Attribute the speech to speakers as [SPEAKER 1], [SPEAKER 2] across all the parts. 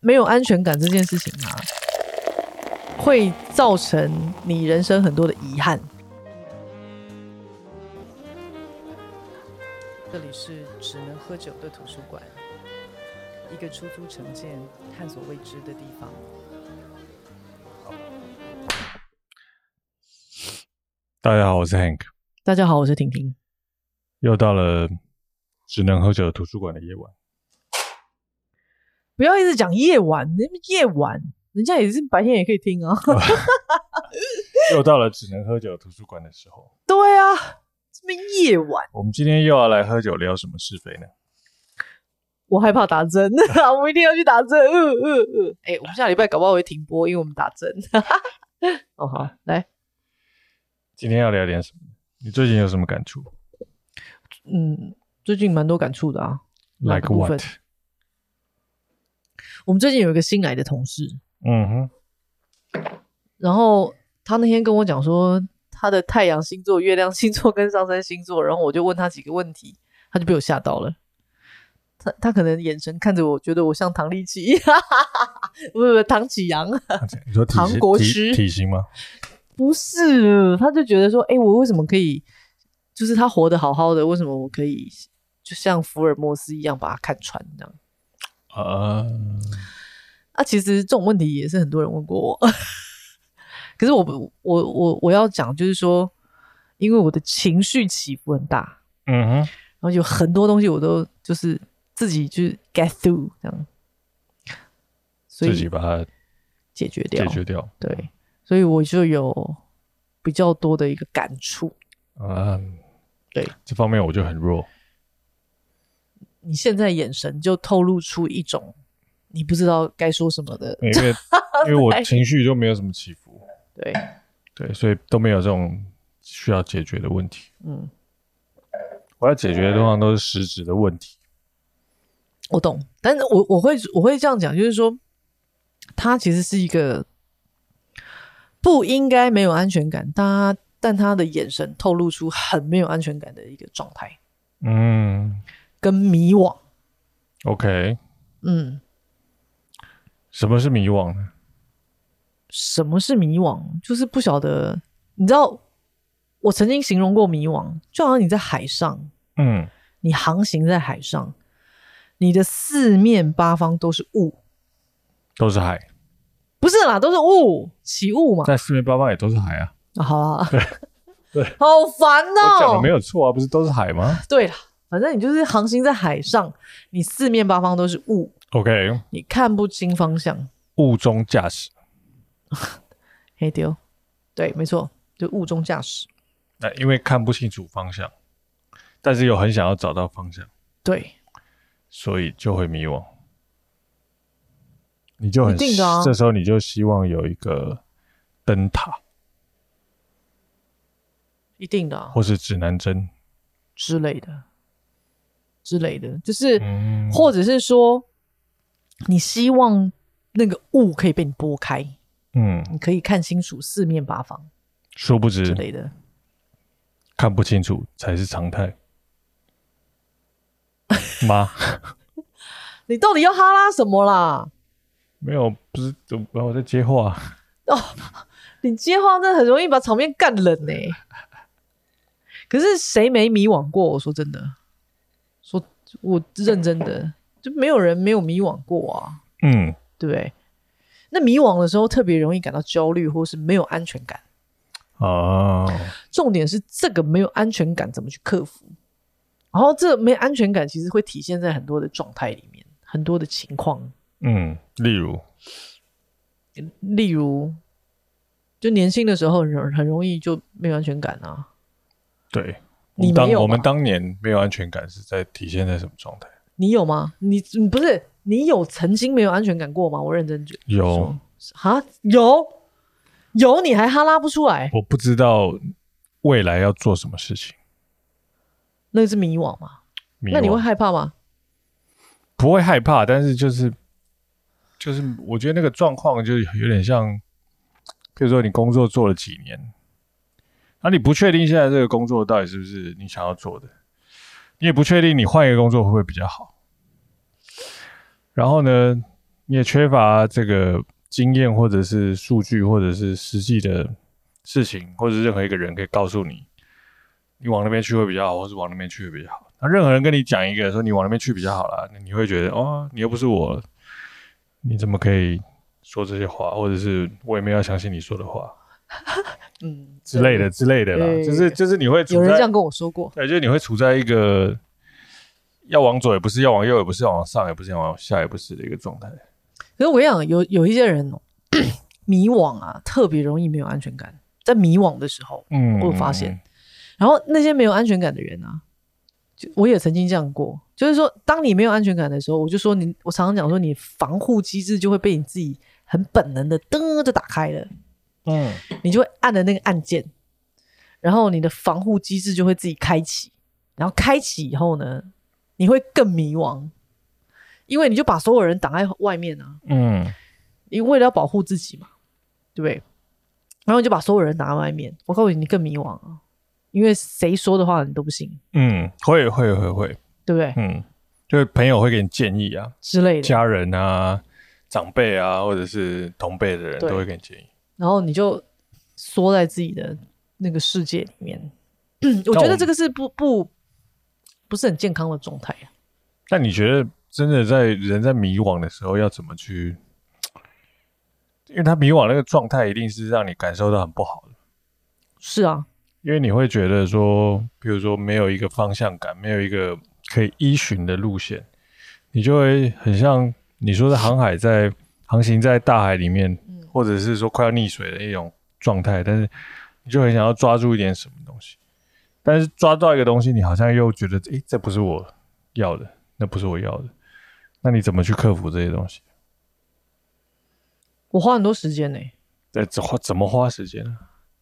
[SPEAKER 1] 没有安全感这件事情啊，会造成你人生很多的遗憾。
[SPEAKER 2] 这里是只能喝酒的图书馆，一个出租城建探索未知的地方。
[SPEAKER 3] 大家好，我是 Hank，
[SPEAKER 1] 大家好，我是婷婷。
[SPEAKER 3] 又到了只能喝酒的图书馆的夜晚。
[SPEAKER 1] 不要一直讲夜晚，那边夜晚，人家也是白天也可以听啊。
[SPEAKER 3] 又到了只能喝酒的图书馆的时候，
[SPEAKER 1] 对啊，这边夜晚，
[SPEAKER 3] 我们今天又要来喝酒聊什么是非呢？
[SPEAKER 1] 我害怕打针 啊，我一定要去打针。嗯嗯嗯。哎、我们下礼拜搞不好会停播，因为我们打针。 哦好，来，
[SPEAKER 3] 今天要聊点什么？你最近有什么感触
[SPEAKER 1] 嗯，最近蛮多感触的啊。哪个
[SPEAKER 3] ？Like
[SPEAKER 1] 部分
[SPEAKER 3] what？
[SPEAKER 1] 我们最近有一个新来的同事，
[SPEAKER 3] 嗯哼，
[SPEAKER 1] 然后他那天跟我讲说他的太阳星座、月亮星座跟上升星座，然后我就问他几个问题，他就被我吓到了。他他可能眼神看着我，觉得我像唐立奇， 不是不是唐启阳，
[SPEAKER 3] 你说体
[SPEAKER 1] 唐国
[SPEAKER 3] 型
[SPEAKER 1] 师
[SPEAKER 3] 体体型吗？
[SPEAKER 1] 不是，他就觉得说，哎、我为什么可以，就是他活得好好的，为什么我可以就像福尔摩斯一样把他看穿这样？
[SPEAKER 3] 啊，
[SPEAKER 1] 啊，其实这种问题也是很多人问过我， 可是我不，我我我要讲就是说，因为我的情绪起伏很大，
[SPEAKER 3] 嗯哼，
[SPEAKER 1] 然后有很多东西我都就是自己就是 get through 这样，所
[SPEAKER 3] 自己
[SPEAKER 1] 以
[SPEAKER 3] 把它
[SPEAKER 1] 解决掉，
[SPEAKER 3] 解决掉。
[SPEAKER 1] 对，所以我就有比较多的一个感触。
[SPEAKER 3] 嗯，
[SPEAKER 1] 对，
[SPEAKER 3] 这方面我就很弱。
[SPEAKER 1] 你现在眼神就透露出一种你不知道该说什么的，
[SPEAKER 3] 因 为因为我情绪就没有什么起伏，
[SPEAKER 1] 对，
[SPEAKER 3] 对，所以都没有这种需要解决的问题。
[SPEAKER 1] 嗯，
[SPEAKER 3] 我要解决的通常都是实质的问题。
[SPEAKER 1] 我懂，但是我我会我会这样讲，就是说，他其实是一个不应该没有安全感，但他但他的眼神透露出很没有安全感的一个状态
[SPEAKER 3] 嗯
[SPEAKER 1] 跟迷惘，
[SPEAKER 3] ，OK，
[SPEAKER 1] 嗯。
[SPEAKER 3] 什么是迷惘呢？
[SPEAKER 1] 什么是迷惘？就是不晓得，你知道，我曾经形容过迷惘，就好像你在海上，
[SPEAKER 3] 嗯
[SPEAKER 1] 你航行在海上，你的四面八方都是雾，，
[SPEAKER 3] 都是海，
[SPEAKER 1] 不是啦，都是雾，起雾嘛。
[SPEAKER 3] 在四面八方也都是海啊。
[SPEAKER 1] 啊好啦，
[SPEAKER 3] 对
[SPEAKER 1] 好烦
[SPEAKER 3] 我讲的没
[SPEAKER 1] 哦、
[SPEAKER 3] 有错啊，不是都是海吗
[SPEAKER 1] 对啦，反正你就是航行在海上，你四面八方都是雾，
[SPEAKER 3] ？OK，
[SPEAKER 1] 你看不清方向。
[SPEAKER 3] 雾中驾驶。
[SPEAKER 1] 黑丢，对，没错，就雾中驾驶。
[SPEAKER 3] 那、因为看不清楚方向，但是又很想要找到方向，
[SPEAKER 1] 对，
[SPEAKER 3] 所以就会迷惘。你就很
[SPEAKER 1] 一定的啊
[SPEAKER 3] 这时候你就希望有一个灯塔
[SPEAKER 1] 一定的、啊、
[SPEAKER 3] 或是指南针。
[SPEAKER 1] 之类的，之类的，就是。
[SPEAKER 3] 嗯，
[SPEAKER 1] 或者是说，你希望那个雾可以被你拨开，
[SPEAKER 3] 嗯，
[SPEAKER 1] 你可以看清楚四面八方
[SPEAKER 3] 殊不知
[SPEAKER 1] 之类的。
[SPEAKER 3] 看不清楚才是常态。 妈，
[SPEAKER 1] 你到底要哈拉什么啦？
[SPEAKER 3] 没有，不是，我我在接话。
[SPEAKER 1] 你接话真的很容易把场面干冷呢、可是谁没迷惘过？我说真的，说我认真的，就没有人没有迷惘过啊，
[SPEAKER 3] 嗯，
[SPEAKER 1] 对不对？那迷惘的时候特别容易感到焦虑，或是没有安全感。
[SPEAKER 3] 哦，
[SPEAKER 1] 重点是这个没有安全感怎么去克服，然后这没安全感其实会体现在很多的状态里面，很多的情况，
[SPEAKER 3] 嗯，例如，
[SPEAKER 1] 例如，就年轻的时候很容很容易就没有安全感啊，
[SPEAKER 3] 对，
[SPEAKER 1] 你
[SPEAKER 3] 我们当
[SPEAKER 1] 没有吗
[SPEAKER 3] 我们当年没有安全感是在体现在什么状态？
[SPEAKER 1] 你有吗？你你不是你有曾经没有安全感过吗？我认真觉得
[SPEAKER 3] 有，
[SPEAKER 1] 啊，有有，你还哈拉不出来，
[SPEAKER 3] 我不知道未来要做什么事情。
[SPEAKER 1] 那是迷惘嘛？
[SPEAKER 3] 迷
[SPEAKER 1] 那你
[SPEAKER 3] 惘
[SPEAKER 1] 会害怕吗？
[SPEAKER 3] 不会害怕？但是就是就是，我觉得那个状况就有点像，比如说你工作做了几年，那你不确定现在这个工作到底是不是你想要做的，你也不确定你换一个工作会不会比较好。然后呢，你也缺乏这个经验，或者是数据，或者是实际的事情，或者是任何一个人可以告诉你，你往那边去会比较好，或是往那边去会比较好。那任何人跟你讲一个说你往那边去比较好啦，那你会觉得哦，你又不是我，你怎么可以说这些话，或者是我也没有要相信你说的话
[SPEAKER 1] 嗯，
[SPEAKER 3] 之类的之类的啦，
[SPEAKER 1] 对
[SPEAKER 3] 就是就是你会处
[SPEAKER 1] 有人
[SPEAKER 3] 在
[SPEAKER 1] 这样跟我说过，
[SPEAKER 3] 对，就是你会处在一个要往左也不是，要往右也不是，要往上也不是，要往下也不是的一个状态。
[SPEAKER 1] 可是我跟你讲，有有一些人哦， 迷惘啊，特别容易没有安全感，在迷惘的时候，
[SPEAKER 3] 嗯
[SPEAKER 1] 我有发现，然后那些没有安全感的人啊，就我也曾经这样过，就是说，当你没有安全感的时候，我就说你，我常常讲说，你防护机制就会被你自己很本能的噔就打开了，
[SPEAKER 3] 嗯，
[SPEAKER 1] 你就会按了那个按键，然后你的防护机制就会自己开启，然后开启以后呢，你会更迷惘，因为你就把所有人挡在外面啊。
[SPEAKER 3] 嗯
[SPEAKER 1] 你为了要保护自己嘛，对不对？然后你就把所有人拿到外面，我告诉你，你更迷惘啊，因为谁说的话你都不信，
[SPEAKER 3] 嗯，会会会会，
[SPEAKER 1] 对不对？
[SPEAKER 3] 嗯，就是朋友会给你建议啊，
[SPEAKER 1] 之类的。
[SPEAKER 3] 家人啊、长辈啊，或者是同辈的人
[SPEAKER 1] 对
[SPEAKER 3] 都会给你建议。
[SPEAKER 1] 然后你就缩在自己的那个世界里 面，我觉得这个是不不不是很健康的状态啊。
[SPEAKER 3] 但你觉得真的在人在迷惘的时候要怎么去？因为他迷惘那个状态一定是让你感受到很不好的。
[SPEAKER 1] 是啊，
[SPEAKER 3] 因为你会觉得说，比如说没有一个方向感，没有一个可以依循的路线，你就会很像你说的航海在航行在大海里面，或者是说快要溺水的一种状态，但是你就很想要抓住一点什么东西，但是抓到一个东西，你好像又觉得，诶，这不是我要的，那不是我要的，那你怎么去克服这些东西？
[SPEAKER 1] 我花很多时间呢、
[SPEAKER 3] 在怎花怎么花时间啊呢？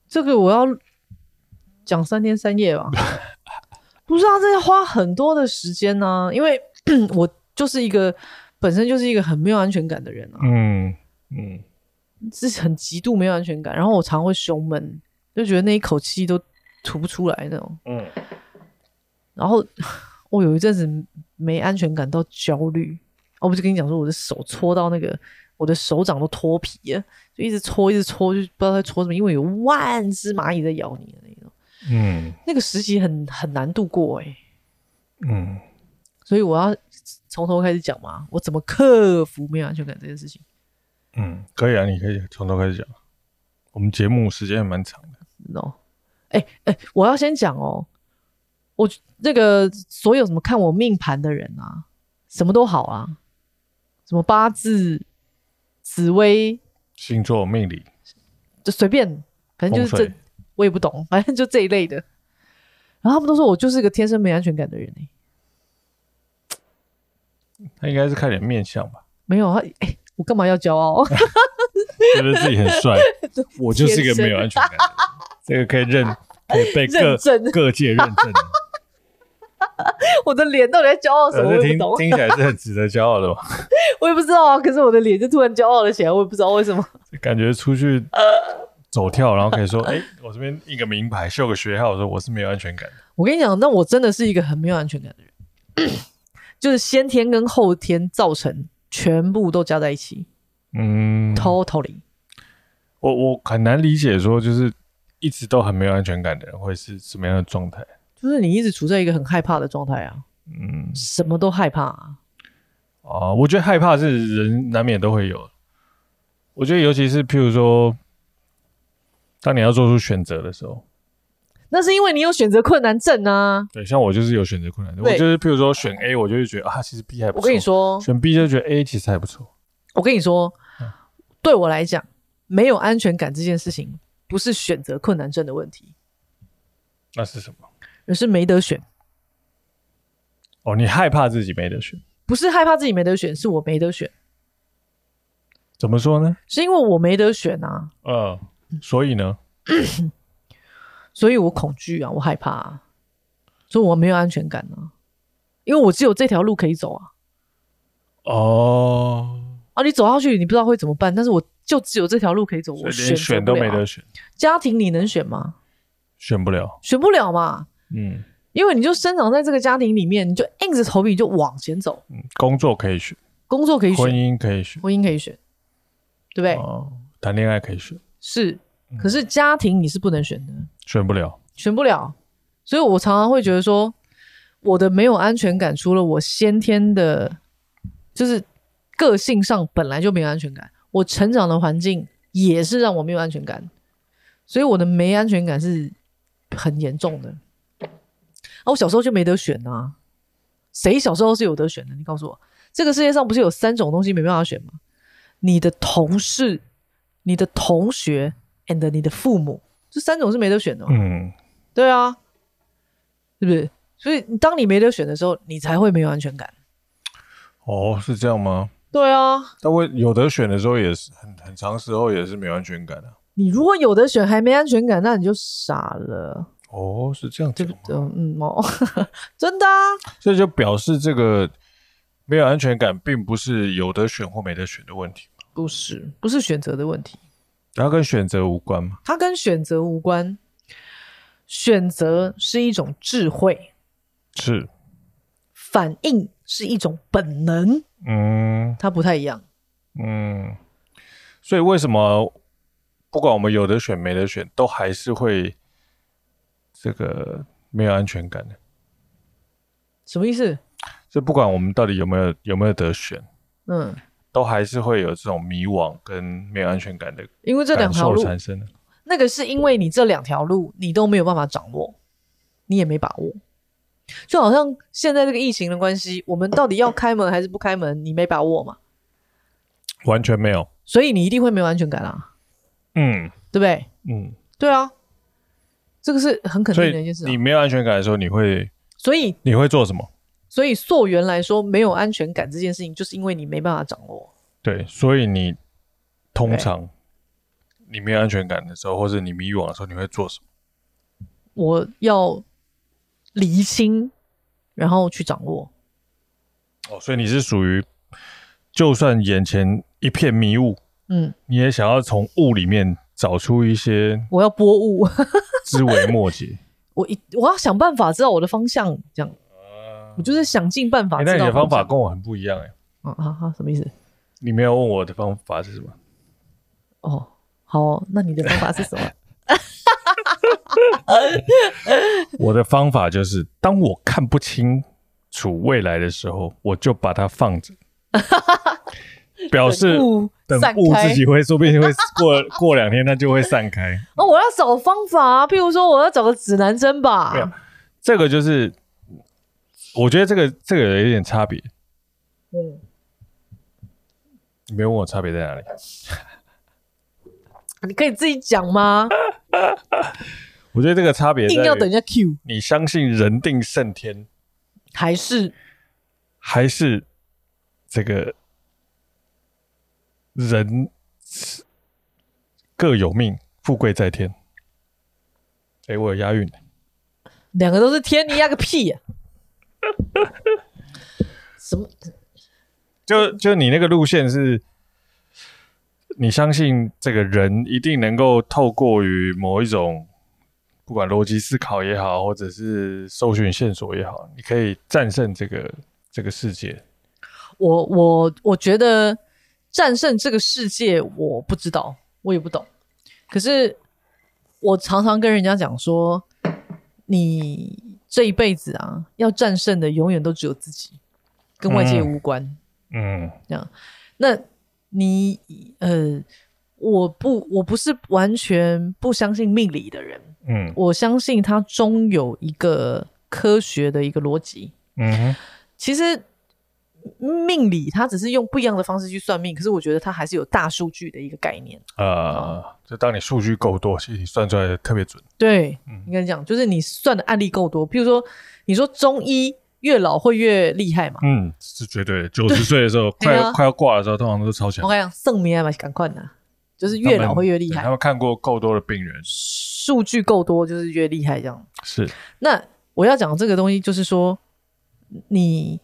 [SPEAKER 1] 这个我要讲三天三夜吧。不是啊，这要花很多的时间呢、因为 我就是一个本身就是一个很没有安全感的人啊。
[SPEAKER 3] 嗯嗯
[SPEAKER 1] 是很极度没有安全感，然后我常会胸闷，就觉得那一口气都吐不出来那种。
[SPEAKER 3] 嗯
[SPEAKER 1] 然后 我有一阵子没安全感到焦虑，哦我不是跟你讲说我的手搓到那个我的手掌都脱皮了，就一直搓一直搓，就不知道在搓什么，因为有万只蚂蚁在咬你的那种。
[SPEAKER 3] 嗯
[SPEAKER 1] 那个时期很很难度过哎、
[SPEAKER 3] 嗯，
[SPEAKER 1] 所以我要从头开始讲嘛，我怎么克服没有安全感这件事情？
[SPEAKER 3] 嗯，可以啊，你可以从头开始讲。我们节目时间也蛮长的，
[SPEAKER 1] no，哎哎，我要先讲哦，我那个所有什么看我命盘的人啊，什么都好啊，什么八字、紫薇，
[SPEAKER 3] 星座命理、
[SPEAKER 1] 就随便，反正
[SPEAKER 3] 风
[SPEAKER 1] 就是这
[SPEAKER 3] 水，，
[SPEAKER 1] 我也不懂， 反正就这一类的。然后他们都说我就是个天生没安全感的人、欸、
[SPEAKER 3] 他应该是看点面相 吧，
[SPEAKER 1] 没有啊，哎、我干嘛要骄 傲？
[SPEAKER 3] 觉得自己很帅。我就是一个没有安全感的人，这个可以 认，可以被各
[SPEAKER 1] 认证
[SPEAKER 3] 各界认证。
[SPEAKER 1] 我的脸到底在骄傲 什
[SPEAKER 3] 呃
[SPEAKER 1] 么？我
[SPEAKER 3] 这
[SPEAKER 1] 也
[SPEAKER 3] 听
[SPEAKER 1] 不懂，
[SPEAKER 3] 听起来是很值得骄傲的吧？
[SPEAKER 1] 我也不知道啊。可是我的脸就突然骄傲了起来，我也不知道为什么。
[SPEAKER 3] 感觉出去走跳，然后可以说，哎，我这边印个名牌，绣个学号，说我是没有安全感的。
[SPEAKER 1] 我跟你讲，那我真的是一个很没有安全感的人，就是先天跟后天造成全部都加在一起、
[SPEAKER 3] 嗯，
[SPEAKER 1] t o t a l l y
[SPEAKER 3] 我我很难理解说，就是一直都很没有安全感的人会是什么样的状态。
[SPEAKER 1] 就是你一直处在一个很害怕的状态啊，
[SPEAKER 3] 嗯，
[SPEAKER 1] 什么都害怕啊。
[SPEAKER 3] 哦，我觉得害怕是人难免都会有。我觉得尤其是譬如说，当你要做出选择的时候，
[SPEAKER 1] 那是因为你有选择困难症啊。
[SPEAKER 3] 对，像我就是有选择困难的，我
[SPEAKER 1] 对
[SPEAKER 3] 就是譬如说选 A，我就会觉得啊，其实 B 还不错。嗯
[SPEAKER 1] 我跟你，说，
[SPEAKER 3] 选 B 就觉得 A 其实还不错。
[SPEAKER 1] 我跟你说，对我来讲，没有安全感这件事情不是选择困难症的问题，
[SPEAKER 3] 那是什么？
[SPEAKER 1] 而是没得选。
[SPEAKER 3] 哦，你害怕自己没得选，
[SPEAKER 1] 不是害怕自己没得选，是我没得选，
[SPEAKER 3] 怎么说呢？
[SPEAKER 1] 是因为我没得选啊，
[SPEAKER 3] 呃，所以呢，
[SPEAKER 1] 所以我恐惧啊，我害怕、啊，所以我没有安全感啊，因为我只有这条路可以走啊。
[SPEAKER 3] 哦，
[SPEAKER 1] 啊，你走下去，你不知道会怎么办，但是我就只有这条路可以走，
[SPEAKER 3] 所
[SPEAKER 1] 我
[SPEAKER 3] 以连
[SPEAKER 1] 选
[SPEAKER 3] 选
[SPEAKER 1] 择
[SPEAKER 3] 都
[SPEAKER 1] 不了
[SPEAKER 3] 没
[SPEAKER 1] 啊
[SPEAKER 3] 得选，
[SPEAKER 1] 家庭你能选吗？
[SPEAKER 3] 选不了。
[SPEAKER 1] 选不了嘛，
[SPEAKER 3] 嗯
[SPEAKER 1] 因为你就生长在这个家庭里面，你就硬着头皮就往前走。
[SPEAKER 3] 嗯，工作可以选，
[SPEAKER 1] 工作可以选，
[SPEAKER 3] 婚姻可以选，
[SPEAKER 1] 婚姻可以选，对不对？
[SPEAKER 3] 哦，嗯谈恋爱可以选，
[SPEAKER 1] 是，可是家庭你是不能选的，
[SPEAKER 3] 选不了。
[SPEAKER 1] 选不了。所以我常常会觉得说，我的没有安全感，除了我先天的，就是个性上本来就没有安全感，我成长的环境也是让我没有安全感，所以我的没安全感是很严重的。啊，我小时候就没得选啊，谁小时候是有得选的？你告诉我，这个世界上不是有三种东西没办法选吗？你的同事、你的同学 and 你的父母，这三种是没得选的哦嘛、
[SPEAKER 3] 嗯，
[SPEAKER 1] 对啊，是不是？所以当你没得选的时候，你才会没有安全感。
[SPEAKER 3] 哦，是这样吗？
[SPEAKER 1] 对啊，
[SPEAKER 3] 但我有得选的时候也是很很长时候也是没有安全感啊的、
[SPEAKER 1] 你如果有的选还没安全感，那你就傻了，
[SPEAKER 3] 哦，是这样子
[SPEAKER 1] 对不
[SPEAKER 3] 吗，
[SPEAKER 1] 对？嗯哦， 真的啊，
[SPEAKER 3] 这就表示这个没有安全感并不是有得选或没得选的问题，
[SPEAKER 1] 不是不是选择的问题，
[SPEAKER 3] 它跟选择无关嘛。
[SPEAKER 1] 它跟选择无关。选择是一种智慧，
[SPEAKER 3] 是，
[SPEAKER 1] 反应是一种本能，
[SPEAKER 3] 嗯
[SPEAKER 1] 它不太一样。
[SPEAKER 3] 嗯，所以为什么不管我们有得选没得选，都还是会这个没有安全感呢？
[SPEAKER 1] 什么意思？
[SPEAKER 3] 就不管我们到底有没有有没有得选，
[SPEAKER 1] 嗯，
[SPEAKER 3] 都还是会有这种迷惘跟没有安全感的
[SPEAKER 1] 因为这两
[SPEAKER 3] 感
[SPEAKER 1] 条
[SPEAKER 3] 受
[SPEAKER 1] 路，
[SPEAKER 3] 产生的。
[SPEAKER 1] 那个是因为你这两条路你都没有办法掌握，你也没把握。就好像现在这个疫情的关系，我们到底要开门还是不开门，你没把握嘛，
[SPEAKER 3] 完全没有。
[SPEAKER 1] 所以你一定会没有安全感啊，
[SPEAKER 3] 嗯
[SPEAKER 1] 对不对？
[SPEAKER 3] 嗯，
[SPEAKER 1] 对啊，这个是很肯
[SPEAKER 3] 所
[SPEAKER 1] 定的一
[SPEAKER 3] 以
[SPEAKER 1] 件事、啊
[SPEAKER 3] 你。没有安全感的时候，你会
[SPEAKER 1] 所以，
[SPEAKER 3] 你会做什么？
[SPEAKER 1] 所以溯源来说，没有安全感这件事情，就是因为你没办法掌握。
[SPEAKER 3] 对，所以你通
[SPEAKER 1] 对
[SPEAKER 3] 常你没有安全感的时候，或者你迷惘的时候，你会做什么？
[SPEAKER 1] 我要厘清，然后去掌握。
[SPEAKER 3] 哦，所以你是属于就算眼前一片迷雾，
[SPEAKER 1] 嗯，
[SPEAKER 3] 你也想要从雾里面找出一些
[SPEAKER 1] 我要拨物，
[SPEAKER 3] 枝微末 节。
[SPEAKER 1] 我一我要想办法知道我的方向，这样。我就是想尽办法
[SPEAKER 3] 诶
[SPEAKER 1] 知道
[SPEAKER 3] 啊
[SPEAKER 1] 方
[SPEAKER 3] 哎那
[SPEAKER 1] 向。
[SPEAKER 3] 你的方法跟我很不一样哎、
[SPEAKER 1] 啊啊啊！什么意思？
[SPEAKER 3] 你没有问我的方法是什么？
[SPEAKER 1] 哦，好哦那你的方法是什 么？
[SPEAKER 3] 我的方法就是，当我看不清楚未来的时候，我就把它 放着，表示
[SPEAKER 1] 等雾
[SPEAKER 3] 哦等
[SPEAKER 1] 散
[SPEAKER 3] 雾
[SPEAKER 1] 开
[SPEAKER 3] 自己会，说不 定会过过两天它就会散开。
[SPEAKER 1] 哦，我要找方法啊，譬如说我要找个指南针
[SPEAKER 3] 没有
[SPEAKER 1] 吧。
[SPEAKER 3] 这个就是，我觉得这个这个有一点差别。
[SPEAKER 1] 嗯，
[SPEAKER 3] 你没有问我差别在哪里？
[SPEAKER 1] 你可以自己讲 吗？
[SPEAKER 3] 我觉得这个差别在
[SPEAKER 1] 硬要等人
[SPEAKER 3] 于
[SPEAKER 1] 家 Q，
[SPEAKER 3] 你相信人定胜天，
[SPEAKER 1] 还是
[SPEAKER 3] 还是这个人各有命，富贵在天。哎，我有押韵。
[SPEAKER 1] 两个都是天，你压个屁 呀、什么？
[SPEAKER 3] 就就你那个路线是，你相信这个人一定能够透过于某一种，不管逻辑思考也好，或者是搜寻线索也好，你可以战胜这个这个世界。
[SPEAKER 1] 我我我觉得战胜这个世界，我不知道，我也不懂。可是我常常跟人家讲说，你这一辈子啊，要战胜的永远都只有自己，跟外界
[SPEAKER 3] 嗯
[SPEAKER 1] 无关。
[SPEAKER 3] 嗯
[SPEAKER 1] 那你呃，我不我不是完全不相信命理的人，
[SPEAKER 3] 嗯
[SPEAKER 1] 我相信它终有一个科学的一个逻辑。
[SPEAKER 3] 嗯哼
[SPEAKER 1] 其实命理它只是用不一样的方式去算命，可是我觉得它还是有大数据的一个概念。
[SPEAKER 3] 呃，就当你数据够多，其实你算出来的特别准。
[SPEAKER 1] 对，应该讲就是你算的案例够多，譬如说你说中医越老会越厉害嘛，
[SPEAKER 3] 嗯，是绝对的。九十岁的时候，
[SPEAKER 1] 对
[SPEAKER 3] 快、
[SPEAKER 1] 啊
[SPEAKER 3] 快要挂的时候，通常都超强
[SPEAKER 1] 我。跟你讲，圣明嘛，赶快拿，就是越老会越厉
[SPEAKER 3] 对
[SPEAKER 1] 害
[SPEAKER 3] 他，们看过够多的病人，
[SPEAKER 1] 数据够多就是越厉害这样。
[SPEAKER 3] 是
[SPEAKER 1] 那我要讲这个东西，就是说，你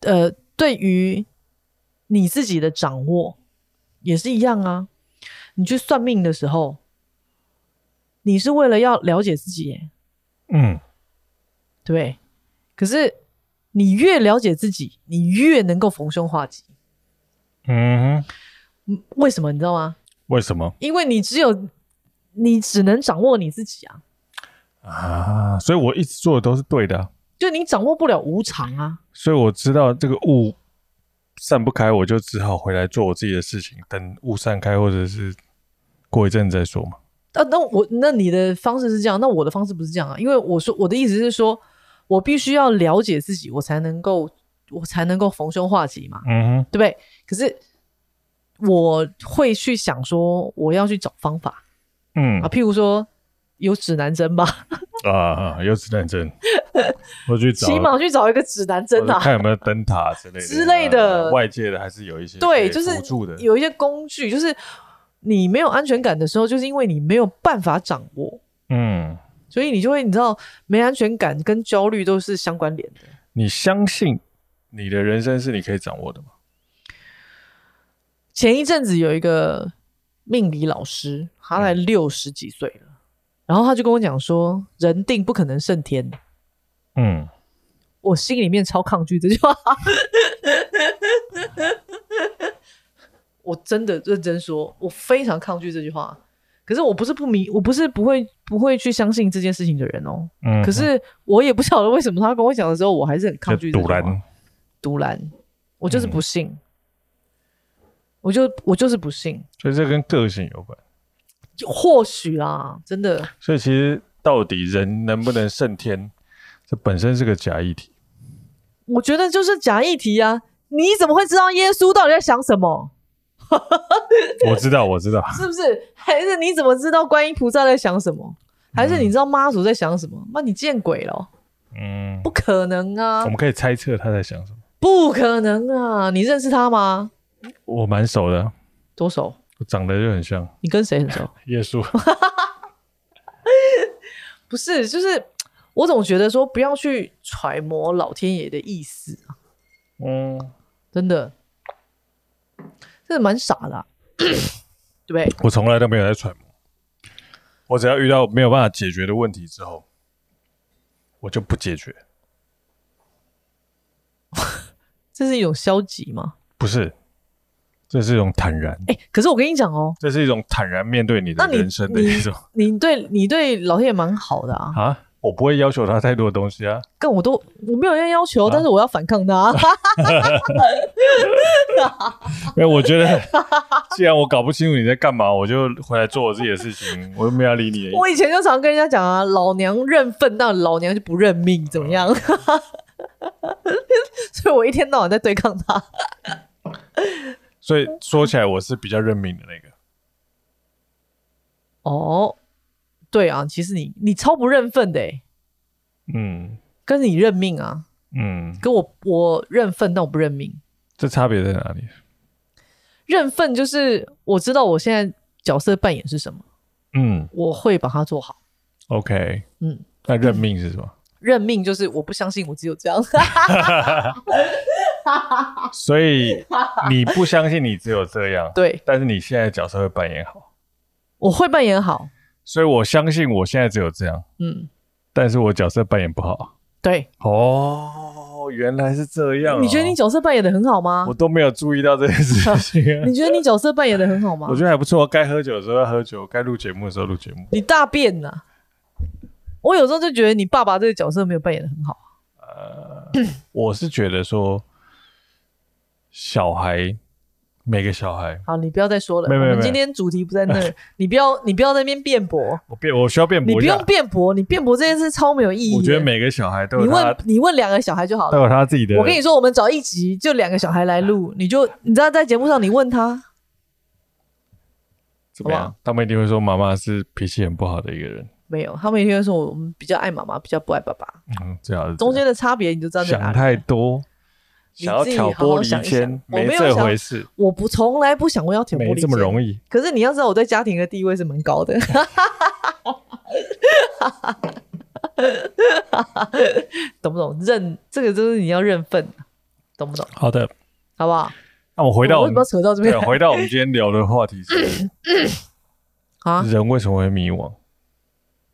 [SPEAKER 1] 呃，对于你自己的掌握也是一样啊。你去算命的时候，你是为了要了解自己耶，
[SPEAKER 3] 嗯
[SPEAKER 1] 对不对？可是你越了解自己，你越能够逢凶化吉。
[SPEAKER 3] 嗯哼，
[SPEAKER 1] 嗯为什么你知道吗？
[SPEAKER 3] 为什么
[SPEAKER 1] 因为你只有你只能掌握你自己啊，
[SPEAKER 3] 啊？所以我一直做的都是对的啊、
[SPEAKER 1] 就你掌握不了无常啊。
[SPEAKER 3] 所以我知道这个雾散不开，我就只好回来做我自己的事情，等雾散开或者是过一阵子再说嘛。
[SPEAKER 1] 啊，那我那你的方式是这样，那我的方式不是这样啊，因为我说我的意思是说，我必须要了解自己，我才能够我才能够逢凶化吉嘛，
[SPEAKER 3] 嗯哼，
[SPEAKER 1] 对不对？可是我会去想说，我要去找方法
[SPEAKER 3] 嗯
[SPEAKER 1] 啊，譬如说有指南针吧，
[SPEAKER 3] 啊啊，有指南针，我去 找，
[SPEAKER 1] 起码去找一个指南针
[SPEAKER 3] 或者
[SPEAKER 1] 啊，
[SPEAKER 3] 看有没有灯塔之类的
[SPEAKER 1] 之类的
[SPEAKER 3] 啊外界的还是有一些
[SPEAKER 1] 对，
[SPEAKER 3] 可以
[SPEAKER 1] 就是
[SPEAKER 3] 辅助的，
[SPEAKER 1] 有一些工具，就是你没有安全感的时候，就是因为你没有办法掌握，
[SPEAKER 3] 嗯，
[SPEAKER 1] 所以你就会你知道没安全感跟焦虑都是相关联的。
[SPEAKER 3] 你相信你的人生是你可以掌握的吗？
[SPEAKER 1] 前一阵子有一个命理老师，他才
[SPEAKER 3] 嗯
[SPEAKER 1] 六十几岁了，然后他就跟我讲说：“人定不可能胜天。
[SPEAKER 3] 嗯，”
[SPEAKER 1] 我心里面超抗拒这句话， 我真的认真说，我非常抗拒这句话。可是我不是不迷，我不是不会不会去相信这件事情的人哦。
[SPEAKER 3] 嗯
[SPEAKER 1] 可是我也不晓得为什么他跟我讲的时候，我还是很抗拒这
[SPEAKER 3] 就
[SPEAKER 1] 句
[SPEAKER 3] 堵
[SPEAKER 1] 话。
[SPEAKER 3] 然，
[SPEAKER 1] 独蓝，我就是不信，
[SPEAKER 3] 嗯
[SPEAKER 1] 我就我就是不信。
[SPEAKER 3] 所以这跟个性有关。
[SPEAKER 1] 就或许啊啦，真的，
[SPEAKER 3] 所以其实到底人能不能胜天，这本身是个假议题。
[SPEAKER 1] 我觉得就是假议题啊！你怎么会知道耶稣到底在想什么？
[SPEAKER 3] 我知道，我知道，
[SPEAKER 1] 是不是？还是你怎么知道观音菩萨在想什么？还是你知道妈祖在想什么？妈，你见鬼了哦！
[SPEAKER 3] 嗯，
[SPEAKER 1] 不可能啊
[SPEAKER 3] 我！们可以猜测他在想什么。
[SPEAKER 1] 不可能啊！你认识他吗？
[SPEAKER 3] 我蛮熟的，
[SPEAKER 1] 多熟？
[SPEAKER 3] 我长得就很像
[SPEAKER 1] 你跟谁很熟？
[SPEAKER 3] 耶稣。
[SPEAKER 1] 不是，就是我总觉得说不要去揣摩老天爷的意思啊，
[SPEAKER 3] 嗯，
[SPEAKER 1] 真的，真的蛮傻的啊、 对不对？
[SPEAKER 3] 我从来都没有在揣摩，我只要遇到没有办法解决的问题之后，我就不解决。
[SPEAKER 1] 这是一种消极嘛？
[SPEAKER 3] 不是，这是一种坦然，
[SPEAKER 1] 哎、可是我跟你讲哦，
[SPEAKER 3] 这是一种坦然面对你的
[SPEAKER 1] 那你
[SPEAKER 3] 人生的一种
[SPEAKER 1] 你对你对老天爷蛮好的啊，
[SPEAKER 3] 啊。我不会要求他太多的东西啊。
[SPEAKER 1] 但我都我没有要要求，
[SPEAKER 3] 啊
[SPEAKER 1] 但是我要反抗 他。
[SPEAKER 3] 因为我觉得， 既然我搞不清楚你在干嘛，我就回来做我自己的事 情，我又没有要理你的意思。
[SPEAKER 1] 我以前就常跟人家讲啊，老娘认份，那老娘就不认命，怎么样？ 所以我一天到晚在对抗他。
[SPEAKER 3] 所以说起来，我是比较认命的那个。
[SPEAKER 1] 哦，对啊，其实你你超不认份的、欸，
[SPEAKER 3] 嗯
[SPEAKER 1] 跟你认命啊，
[SPEAKER 3] 嗯，
[SPEAKER 1] 跟我我认份，但我不认命。
[SPEAKER 3] 这差别在哪里？
[SPEAKER 1] 认份就是我知道我现在角色扮演是什么，
[SPEAKER 3] 嗯
[SPEAKER 1] 我会把它做好。
[SPEAKER 3] ，OK，
[SPEAKER 1] 嗯，
[SPEAKER 3] 那认命是什么？
[SPEAKER 1] 认命就是我不相信我只有这样，
[SPEAKER 3] 所以你不相信你只有这样，
[SPEAKER 1] 对
[SPEAKER 3] 但是你现在角色会扮演好。
[SPEAKER 1] 我会扮演好，
[SPEAKER 3] 所以我相信我现在只有这样，
[SPEAKER 1] 嗯，
[SPEAKER 3] 但是我角色扮演不好。
[SPEAKER 1] 对，
[SPEAKER 3] 哦，原来是这样哦、
[SPEAKER 1] 你觉得你角色扮演的很好吗
[SPEAKER 3] 我？都没有注意到这件事情、啊。
[SPEAKER 1] 你觉得你角色扮演的很好吗
[SPEAKER 3] 我？觉得还不错，该喝酒的时候要喝酒，该录节目的时候录节目。
[SPEAKER 1] 你大便呐、我有时候就觉得你爸爸这个角色没有扮演的很好，
[SPEAKER 3] 我是觉得说，小孩每个小孩，
[SPEAKER 1] 好，你不要再说了。
[SPEAKER 3] 没有没有
[SPEAKER 1] 我们今
[SPEAKER 3] 没
[SPEAKER 1] 天主题不在那儿， 你不要你不要在那边辩驳，
[SPEAKER 3] 我辩我需要辩
[SPEAKER 1] 你
[SPEAKER 3] 驳
[SPEAKER 1] 不
[SPEAKER 3] 一下
[SPEAKER 1] 用。辩驳，你辩驳这件事超没有意义的。
[SPEAKER 3] 我觉得每个小孩都
[SPEAKER 1] 你
[SPEAKER 3] 有他
[SPEAKER 1] 问你问两个小孩就好
[SPEAKER 3] 都
[SPEAKER 1] 了。
[SPEAKER 3] 有他自己的。
[SPEAKER 1] 我跟你说，我们找一集就两个小孩来录，你就你知道在节目上你问他，
[SPEAKER 3] 怎么
[SPEAKER 1] 好不
[SPEAKER 3] 样？他们一定会说妈妈是脾气很不好的一个人。
[SPEAKER 1] 没有，他们一定会说我们比较爱妈妈，比较不爱爸爸，
[SPEAKER 3] 嗯，最好是这样
[SPEAKER 1] 中间的差别你就知道在哪
[SPEAKER 3] 想
[SPEAKER 1] 里。
[SPEAKER 3] 太多，
[SPEAKER 1] 你
[SPEAKER 3] 想要
[SPEAKER 1] 自己
[SPEAKER 3] 挑
[SPEAKER 1] 好
[SPEAKER 3] 拨
[SPEAKER 1] 好
[SPEAKER 3] 离
[SPEAKER 1] 想一
[SPEAKER 3] 间
[SPEAKER 1] 想，我
[SPEAKER 3] 没
[SPEAKER 1] 没有
[SPEAKER 3] 这
[SPEAKER 1] 想
[SPEAKER 3] 回事，
[SPEAKER 1] 我不从来不想我要挑拨
[SPEAKER 3] 没
[SPEAKER 1] 离
[SPEAKER 3] 这么
[SPEAKER 1] 间
[SPEAKER 3] 容易。
[SPEAKER 1] 可是你要知道，我在家庭的地位是蛮高的。 懂不懂？认这个就是你要认份，懂不懂？
[SPEAKER 3] 好的，
[SPEAKER 1] 好不好？
[SPEAKER 3] 那我回到
[SPEAKER 1] 我
[SPEAKER 3] 我
[SPEAKER 1] 为什么要扯
[SPEAKER 3] 们
[SPEAKER 1] 到这
[SPEAKER 3] 对
[SPEAKER 1] 边
[SPEAKER 3] 啊，回到我们今天聊的话题是
[SPEAKER 1] 啊？
[SPEAKER 3] 人为什么会迷惘？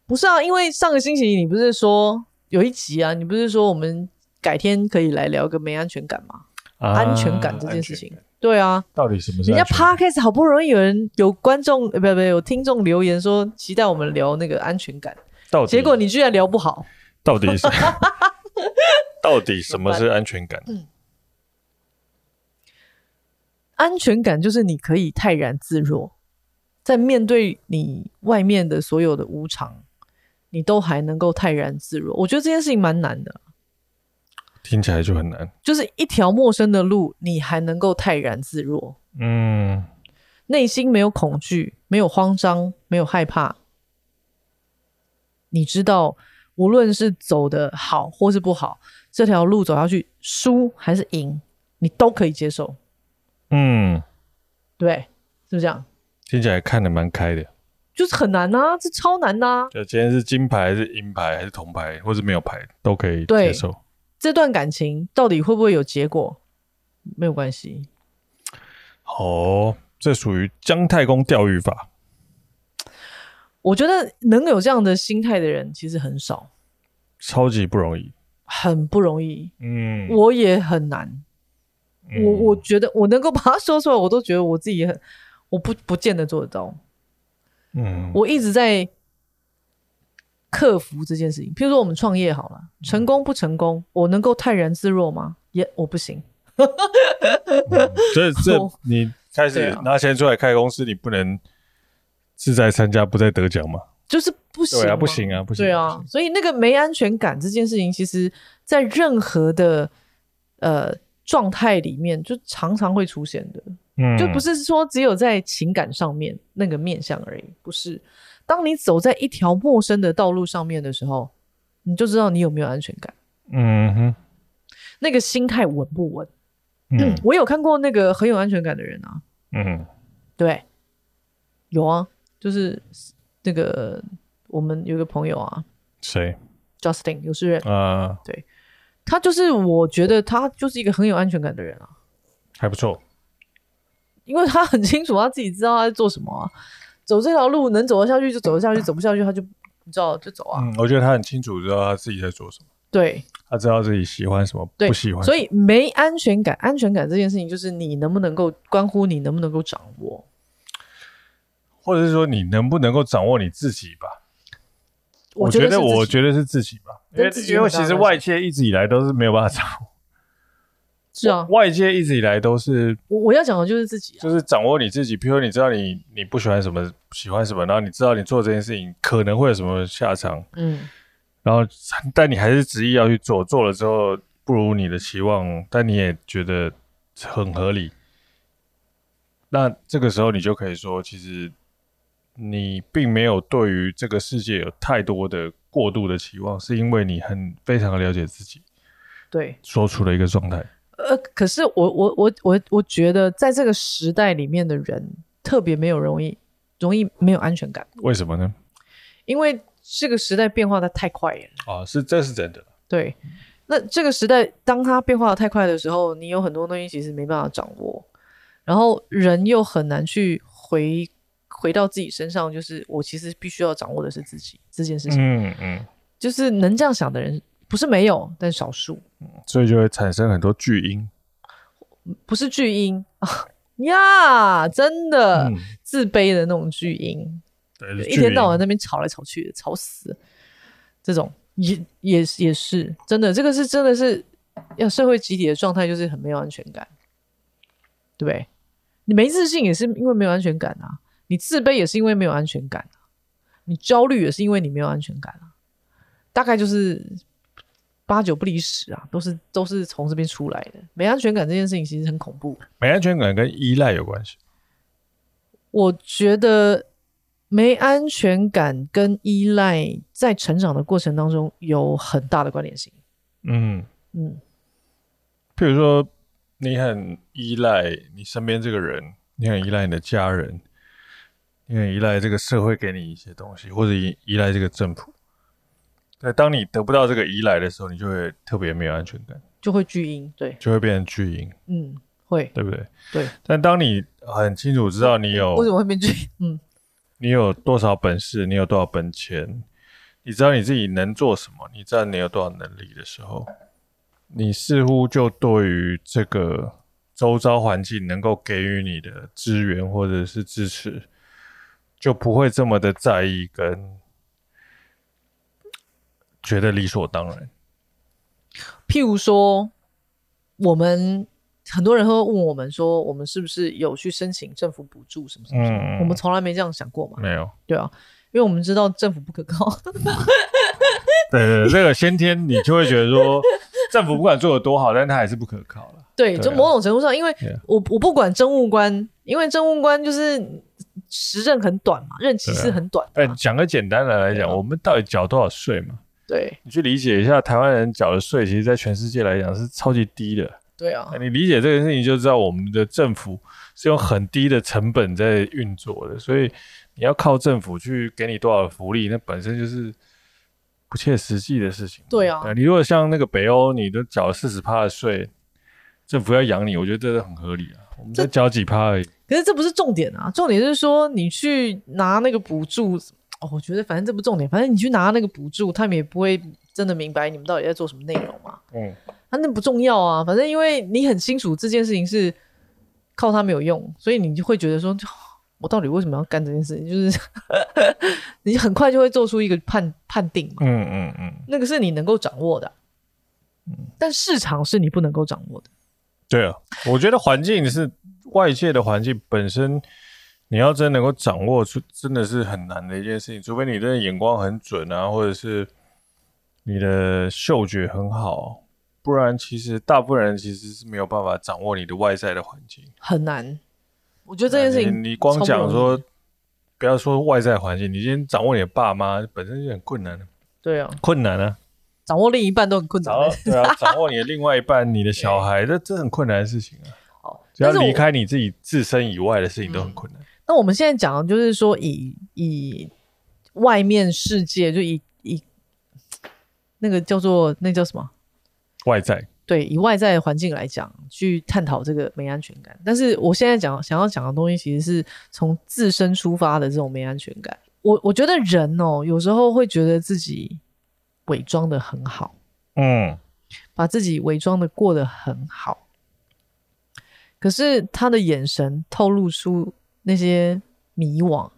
[SPEAKER 1] 不是啊，因为上个星期你不是说有一集啊，你不是说我们改天可以来聊个没安全感嘛，
[SPEAKER 3] 啊
[SPEAKER 1] 安全感这件事情。对啊，
[SPEAKER 3] 到底什么是
[SPEAKER 1] 人家
[SPEAKER 3] 安全感？
[SPEAKER 1] podcast 好不容易有人有观众，呃不不，有听众留言说期待我们聊那个安全感，
[SPEAKER 3] 到底
[SPEAKER 1] 结果你居然聊不好，
[SPEAKER 3] 到 底是到底什么是安全感？
[SPEAKER 1] 嗯安全感就是你可以泰然自若，在面对你外面的所有的无常，你都还能够泰然自若。我觉得这件事情蛮难的，
[SPEAKER 3] 听起来就很难。
[SPEAKER 1] 就是一条陌生的路，你还能够泰然自若，
[SPEAKER 3] 嗯，
[SPEAKER 1] 内心没有恐惧，没有慌张，没有害怕。你知道，无论是走的好或是不好，这条路走下去，输还是赢，你都可以接受，
[SPEAKER 3] 嗯，
[SPEAKER 1] 对不对，是不是这样？
[SPEAKER 3] 听起来看得蛮开的。
[SPEAKER 1] 就是很难啊，这超难呐、啊。
[SPEAKER 3] 就今天是金牌还是银牌还是铜牌，或是没有牌都可以
[SPEAKER 1] 对
[SPEAKER 3] 接受。
[SPEAKER 1] 这段感情到底会不会有结果，没有关系。
[SPEAKER 3] 哦，这属于姜太公钓鱼法。
[SPEAKER 1] 我觉得能有这样的心态的人其实很少，
[SPEAKER 3] 超级不容易。
[SPEAKER 1] 很不容易。
[SPEAKER 3] 嗯，
[SPEAKER 1] 我也很难，
[SPEAKER 3] 嗯
[SPEAKER 1] 我我觉得我能够把它说出来，我都觉得我自己也很，我不不见得做得到。
[SPEAKER 3] 嗯
[SPEAKER 1] 我一直在克服这件事情。譬如说我们创业好了，成功不成功，我能够泰然自若吗？也我不行。
[SPEAKER 3] 这这
[SPEAKER 1] 我
[SPEAKER 3] 你开始
[SPEAKER 1] 对啊
[SPEAKER 3] 拿钱出来开公司，你不能志在参加不在得奖嘛？
[SPEAKER 1] 就是不行，
[SPEAKER 3] 对啊，不行啊，不行，
[SPEAKER 1] 对
[SPEAKER 3] 不
[SPEAKER 1] 啊
[SPEAKER 3] 行，，
[SPEAKER 1] 所以那个没安全感这件事情，其实在任何的呃状态里面，就常常会出现的，
[SPEAKER 3] 嗯，
[SPEAKER 1] 就不是说只有在情感上面那个面向而已，不是。当你走在一条陌生的道路上面的时候，你就知道你有没有安全感，
[SPEAKER 3] 嗯哼，
[SPEAKER 1] 那个心态稳不稳。
[SPEAKER 3] 嗯
[SPEAKER 1] 我有看过那个很有安全感的人啊，
[SPEAKER 3] 嗯
[SPEAKER 1] 对，有啊，就是那个我们有一个朋友啊
[SPEAKER 3] 谁
[SPEAKER 1] ，Justin 有事人，
[SPEAKER 3] 啊？
[SPEAKER 1] 他就是我觉得他就是一个很有安全感的人啊，
[SPEAKER 3] 还不错，
[SPEAKER 1] 因为他很清楚他自己知道他在做什么啊，走这条路能走得下去就走得下去，走不下去他就你知道就走啊，
[SPEAKER 3] 嗯，我觉得他很清楚知道他自己在做什么，
[SPEAKER 1] 对
[SPEAKER 3] 他知道自己喜欢什么，
[SPEAKER 1] 对，
[SPEAKER 3] 不喜欢，
[SPEAKER 1] 所以没安全感，安全感这件事情就是你能不能够关乎你能不能够掌握，
[SPEAKER 3] 或者是说你能不能够掌握你自己吧？我
[SPEAKER 1] 觉
[SPEAKER 3] 觉
[SPEAKER 1] 得是
[SPEAKER 3] 得，
[SPEAKER 1] 自己
[SPEAKER 3] 我觉得是自己吧，因为
[SPEAKER 1] 跟自己
[SPEAKER 3] 因
[SPEAKER 1] 有
[SPEAKER 3] 为
[SPEAKER 1] 很大
[SPEAKER 3] 其实
[SPEAKER 1] 关系
[SPEAKER 3] 外界一直以来都是没有办法掌握，
[SPEAKER 1] 是啊，
[SPEAKER 3] 外界一直以来都是
[SPEAKER 1] 我我要讲的就是自己啊，
[SPEAKER 3] 就是掌握你自己，譬如你知道你你不喜欢什么，喜欢什么，然后你知道你做这件事情可能会有什么下场，
[SPEAKER 1] 嗯，
[SPEAKER 3] 然后但你还是执意要去做，做了之后不如你的期望，但你也觉得很合理。那这个时候你就可以说，其实你并没有对于这个世界有太多的过度的期望，是因为你很非常的了解自己，
[SPEAKER 1] 对，
[SPEAKER 3] 说出了一个状态。
[SPEAKER 1] 呃，可是我我我我我觉得在这个时代里面的人特别没有容易容易没有安全感，
[SPEAKER 3] 为什么呢？
[SPEAKER 1] 因为这个时代变化的太快了。
[SPEAKER 3] 啊，是这是真的。
[SPEAKER 1] 对，那这个时代当它变化的太快的时候，你有很多东西其实没办法掌握，然后人又很难去回回到自己身上，就是我其实必须要掌握的是自己这件事情，
[SPEAKER 3] 嗯嗯，
[SPEAKER 1] 就是能这样想的人不是没有，但少数，
[SPEAKER 3] 嗯所以就会产生很多巨婴。
[SPEAKER 1] 不是巨婴 啊呀，真的。
[SPEAKER 3] 嗯
[SPEAKER 1] 自卑的那种巨婴，
[SPEAKER 3] 对，
[SPEAKER 1] 呃一天到晚在那边吵来吵去的，吵死了。这种也也也是真的，这个是真的是要社会集体的状态，就是很没有安全感，对不对？你没自信也是因为没有安全感啊，你自卑也是因为没有安全感啊，你焦虑也是因为你没有安全感啊，大概就是八九不离十啊，都是都是从这边出来的。没安全感这件事情其实很恐怖，
[SPEAKER 3] 没安全感跟依赖有关系。
[SPEAKER 1] 我觉得没安全感跟依赖在成长的过程当中有很大的关联性。
[SPEAKER 3] 嗯，
[SPEAKER 1] 嗯，
[SPEAKER 3] 譬如说你很依赖你身边这个人，你很依赖你的家人，你很依赖这个社会给你一些东西，或者依依赖这个政府。对，当你得不到这个依赖的时候，你就会特别没有安全感，
[SPEAKER 1] 就会巨婴，对，
[SPEAKER 3] 就会变成巨婴，
[SPEAKER 1] 嗯，会，
[SPEAKER 3] 对不对？
[SPEAKER 1] 对。
[SPEAKER 3] 但当你很清楚知道你有
[SPEAKER 1] 为什么会变巨婴？ 嗯，
[SPEAKER 3] 你有多少本事，你有多少本钱，你知道你自己能做什么，你知道你有多少能力的时候，你似乎就对于这个周遭环境能够给予你的资源或者是支持，就不会这么的在意跟觉得理所当然。
[SPEAKER 1] 譬如说，我们很多人会问我们说，我们是不是有去申请政府补助什么什么什么？
[SPEAKER 3] 嗯
[SPEAKER 1] 我们从来没这样想过嘛，
[SPEAKER 3] 没有，
[SPEAKER 1] 对啊，因为我们知道政府不可靠，
[SPEAKER 3] 对对 对，这个先天你就会觉得说，政府不管做的多好，但它还是不可靠了。
[SPEAKER 1] 对，就
[SPEAKER 3] 对啊
[SPEAKER 1] 某种程度上，因为
[SPEAKER 3] Yeah
[SPEAKER 1] 我我不管政务官，因为政务官就是时任很短嘛，任期
[SPEAKER 3] 对啊
[SPEAKER 1] 是很短的
[SPEAKER 3] 哎
[SPEAKER 1] 嘛，，
[SPEAKER 3] 讲个简单的来讲，
[SPEAKER 1] 对啊
[SPEAKER 3] 我们到底缴多少税嘛？
[SPEAKER 1] 对
[SPEAKER 3] 你去理解一下，台湾人缴的税，其实在全世界来讲是超级低的。
[SPEAKER 1] 对啊
[SPEAKER 3] 那，你理解这件事情，就知道我们的政府是用很低的成本在运作的，所以你要靠政府去给你多少福利，那本身就是不切实际的事情。
[SPEAKER 1] 对啊
[SPEAKER 3] 你如果像那个北欧，你都缴四十趴的税，政府要养你，我觉得这是很合理啊。我们才缴几趴而已，
[SPEAKER 1] 可是这不是重点啊，重点是说你去拿那个补助，哦，我觉得反正这不重点，反正你去拿那个补助，他们也不会真的明白你们到底在做什么内容嘛，
[SPEAKER 3] 嗯，
[SPEAKER 1] 啊，那不重要啊，反正因为你很清楚这件事情是靠它没有用，所以你就会觉得说，哦我到底为什么要干这件事情？就是 你很快就会做出一个判判定嘛，
[SPEAKER 3] 嗯嗯嗯，
[SPEAKER 1] 那个是你能够掌握的，啊但市场是你不能够掌握的。
[SPEAKER 3] 对啊，我觉得环境是外界的环境本身，你要真能够掌握出，真的是很难的一件事情。除非你真的眼光很准啊，或者是你的嗅觉很好，不然其实大部分人其实是没有办法掌握你的外在的环境。
[SPEAKER 1] 很难。我觉得这件事情
[SPEAKER 3] 啊你你光
[SPEAKER 1] 超
[SPEAKER 3] 讲
[SPEAKER 1] 不容易
[SPEAKER 3] 说，不要说外在环境，你今天掌握你的爸妈本身就很困难，
[SPEAKER 1] 对啊，
[SPEAKER 3] 困 难啊。
[SPEAKER 1] 掌握另一半都很困难
[SPEAKER 3] 掌握
[SPEAKER 1] 的。
[SPEAKER 3] 对啊，掌握你的另外一半，你的小孩，这这很困难的事情啊。
[SPEAKER 1] 好，
[SPEAKER 3] 只要
[SPEAKER 1] 但是我嗯
[SPEAKER 3] 离开你自己自身以外的事情都很困难。
[SPEAKER 1] 那我们现在讲的就是说以，以外面世界，就以以那个叫做那叫什么？
[SPEAKER 3] 外在，
[SPEAKER 1] 对，以外在的环境来讲，去探讨这个没安全感。但是我现在讲想要讲的东西，其实是从自身出发的这种没安全感。我我觉得人哦，有时候会觉得自己伪装的很好，
[SPEAKER 3] 嗯，
[SPEAKER 1] 把自己伪装的过得很好，可是他的眼神透露出那些迷惘，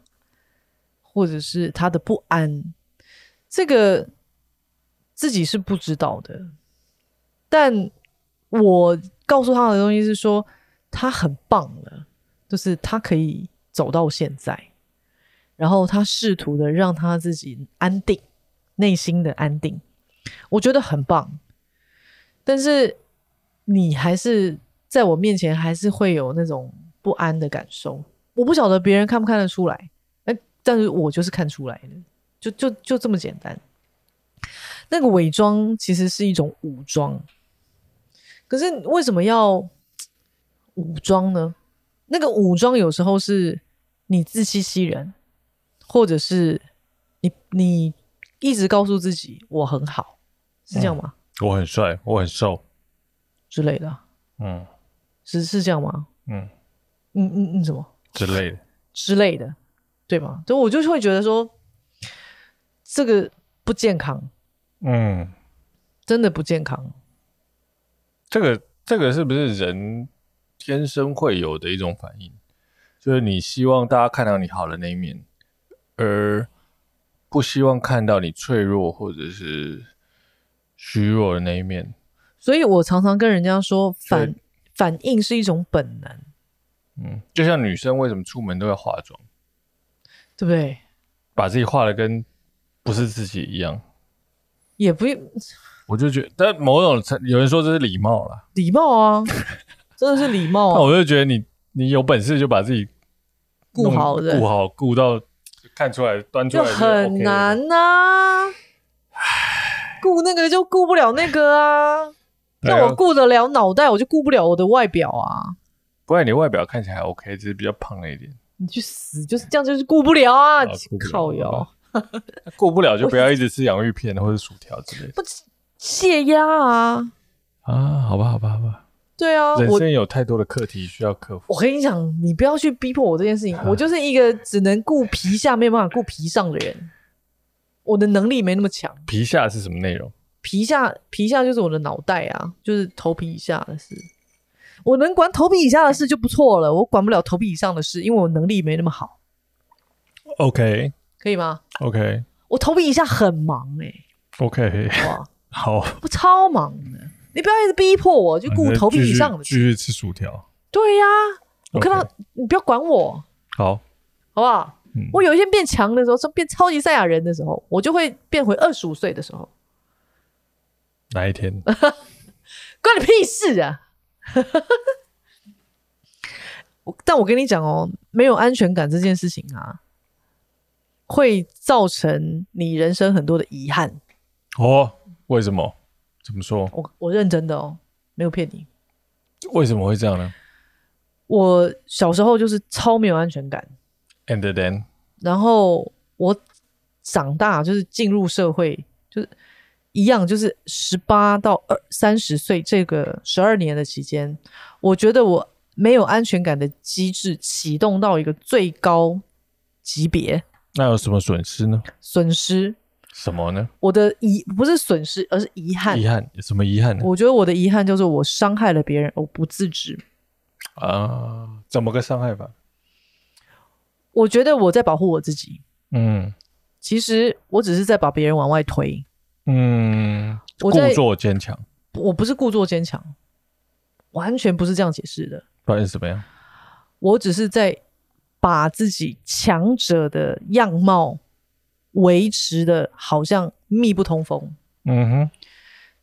[SPEAKER 1] 或者是他的不安，这个自己是不知道的。但我告诉他的东西是说，他很棒了，就是他可以走到现在，然后他试图的让他自己安定，内心的安定，我觉得很棒。但是你还是在我面前还是会有那种不安的感受。我不晓得别人看不看得出来，哎，但是我就是看出来的，就就就这么简单。那个伪装其实是一种武装，可是为什么要武装呢？那个武装有时候是你自欺欺人，或者是你你一直告诉自己我很好，是这样吗？
[SPEAKER 3] 我很帅，我很瘦，
[SPEAKER 1] 之类的啊，
[SPEAKER 3] 嗯
[SPEAKER 1] 是是这样吗？
[SPEAKER 3] 嗯
[SPEAKER 1] 嗯嗯嗯，什么
[SPEAKER 3] 之类的。
[SPEAKER 1] 之类的，对吗？就我就是会觉得说，这个不健康，
[SPEAKER 3] 嗯，
[SPEAKER 1] 真的不健康。
[SPEAKER 3] 这个这个是不是人天生会有的一种反应？就是你希望大家看到你好的那一面，而不希望看到你脆弱或者是虚弱的那一面。
[SPEAKER 1] 所以我常常跟人家说，
[SPEAKER 3] 所以
[SPEAKER 1] 反反应是一种本能，
[SPEAKER 3] 嗯，就像女生为什么出门都要化妆，
[SPEAKER 1] 对不对？
[SPEAKER 3] 把自己化的跟不是自己一样，
[SPEAKER 1] 也不
[SPEAKER 3] 我就觉得，但某种程有人说这是礼貌啦。
[SPEAKER 1] 礼貌啊，真的是礼貌
[SPEAKER 3] 那
[SPEAKER 1] 啊，
[SPEAKER 3] 我就觉得你你有本事就把自己
[SPEAKER 1] 顾
[SPEAKER 3] 弄
[SPEAKER 1] 好人
[SPEAKER 3] 顾好顾到看出来端出
[SPEAKER 1] 就
[SPEAKER 3] 来是 OK 的
[SPEAKER 1] 很难呐、顾那个就顾不了那个啊，
[SPEAKER 3] 对
[SPEAKER 1] 那
[SPEAKER 3] 啊
[SPEAKER 1] 我顾得了脑袋，我就顾不了我的外表啊。
[SPEAKER 3] 不然你外表看起来还 OK，只是比较胖了一点，
[SPEAKER 1] 你去死，就是这样，就是顾不了啊！
[SPEAKER 3] 啊顾不了
[SPEAKER 1] 靠腰。
[SPEAKER 3] 过不了就不要一直吃洋芋片或者薯条之类的
[SPEAKER 1] 不泄压啊，
[SPEAKER 3] 啊。好吧，好吧，好吧，
[SPEAKER 1] 对啊，
[SPEAKER 3] 人
[SPEAKER 1] 我
[SPEAKER 3] 生有太多的课题需要克服。
[SPEAKER 1] 我跟你讲，你不要去逼迫我这件事情，我就是一个只能顾皮下没有办法顾皮上的人，我的能力没那么强。
[SPEAKER 3] 皮下是什么内容？
[SPEAKER 1] 皮下皮下就是我的脑袋啊，就是头皮以下的事。我能管头皮以下的事就不错了，我管不了头皮以上的事，因为我能力没那么好，
[SPEAKER 3] OK
[SPEAKER 1] 可以吗？
[SPEAKER 3] OK
[SPEAKER 1] 我头皮以下很忙哎、
[SPEAKER 3] OK，
[SPEAKER 1] 哇，
[SPEAKER 3] 好，
[SPEAKER 1] 我超忙的。你不要一直逼迫我，就顾头皮以上的
[SPEAKER 3] 啊继续
[SPEAKER 1] 事。
[SPEAKER 3] 继续吃薯条。
[SPEAKER 1] 对呀、我看到
[SPEAKER 3] OK
[SPEAKER 1] 你不要管我，
[SPEAKER 3] 好，
[SPEAKER 1] 好不好？
[SPEAKER 3] 嗯
[SPEAKER 1] 我有一天变强的时候，就变超级赛亚人的时候，我就会变回二十五岁的时候，
[SPEAKER 3] 哪一 天？
[SPEAKER 1] 关你屁事啊！ 我但我跟你讲哦，没有安全感这件事情啊，会造成你人生很多的遗憾。
[SPEAKER 3] 哦，为什么？怎么说？
[SPEAKER 1] 我我认真的哦，没有骗你。
[SPEAKER 3] 为什么会这样呢
[SPEAKER 1] 我小时候就是超没有安全感，
[SPEAKER 3] ？And then，
[SPEAKER 1] 然后我长大就是进入社会，就是一样，就是十八到二三十岁这个十二年的期间，我觉得我没有安全感的机制启动到一个最高级别
[SPEAKER 3] 那有什么损失呢？
[SPEAKER 1] 损失。
[SPEAKER 3] 什么呢？
[SPEAKER 1] 我的遗不是损失，而是遗憾
[SPEAKER 3] 遗。憾？什么遗憾呢？
[SPEAKER 1] 我觉得我的遗憾就是我伤害了别人，我不自知。
[SPEAKER 3] 啊，怎么个伤害法？
[SPEAKER 1] 我觉得我在保护我自己，
[SPEAKER 3] 嗯
[SPEAKER 1] 其实我只是在把别人往外推。
[SPEAKER 3] 嗯，
[SPEAKER 1] 我
[SPEAKER 3] 故
[SPEAKER 1] 在
[SPEAKER 3] 作坚强，
[SPEAKER 1] 我不是故作坚强，完全不是这样解释的。
[SPEAKER 3] 不然是怎么样？
[SPEAKER 1] 我只是在把自己强者的样貌维持的，好像密不通风。
[SPEAKER 3] 嗯哼，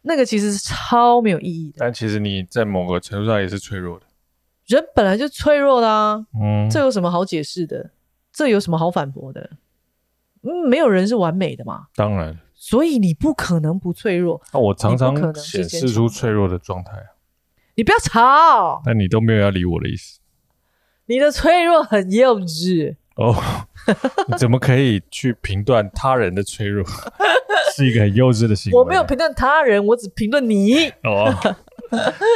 [SPEAKER 1] 那个其实是超没有意义的。
[SPEAKER 3] 但其实你在某个程度上也是脆弱的。
[SPEAKER 1] 人本来就脆弱的啊，
[SPEAKER 3] 嗯，
[SPEAKER 1] 这有什么好解释的？这有什么好反驳的？嗯，没有人是完美的嘛，
[SPEAKER 3] 当然。
[SPEAKER 1] 所以你不可能不脆弱。
[SPEAKER 3] 那我常
[SPEAKER 1] 你不可
[SPEAKER 3] 常
[SPEAKER 1] 能是
[SPEAKER 3] 显
[SPEAKER 1] 坚
[SPEAKER 3] 示
[SPEAKER 1] 强
[SPEAKER 3] 出
[SPEAKER 1] 的
[SPEAKER 3] 脆弱的状态啊，
[SPEAKER 1] 你不要吵，
[SPEAKER 3] 但你都没有要理我的意思。
[SPEAKER 1] 你的脆弱很幼稚。
[SPEAKER 3] 哦， 你怎么可以去评断他人的脆 弱？是一个很幼稚的行为。
[SPEAKER 1] 我没有评论他人，我只评论你，
[SPEAKER 3] 哦，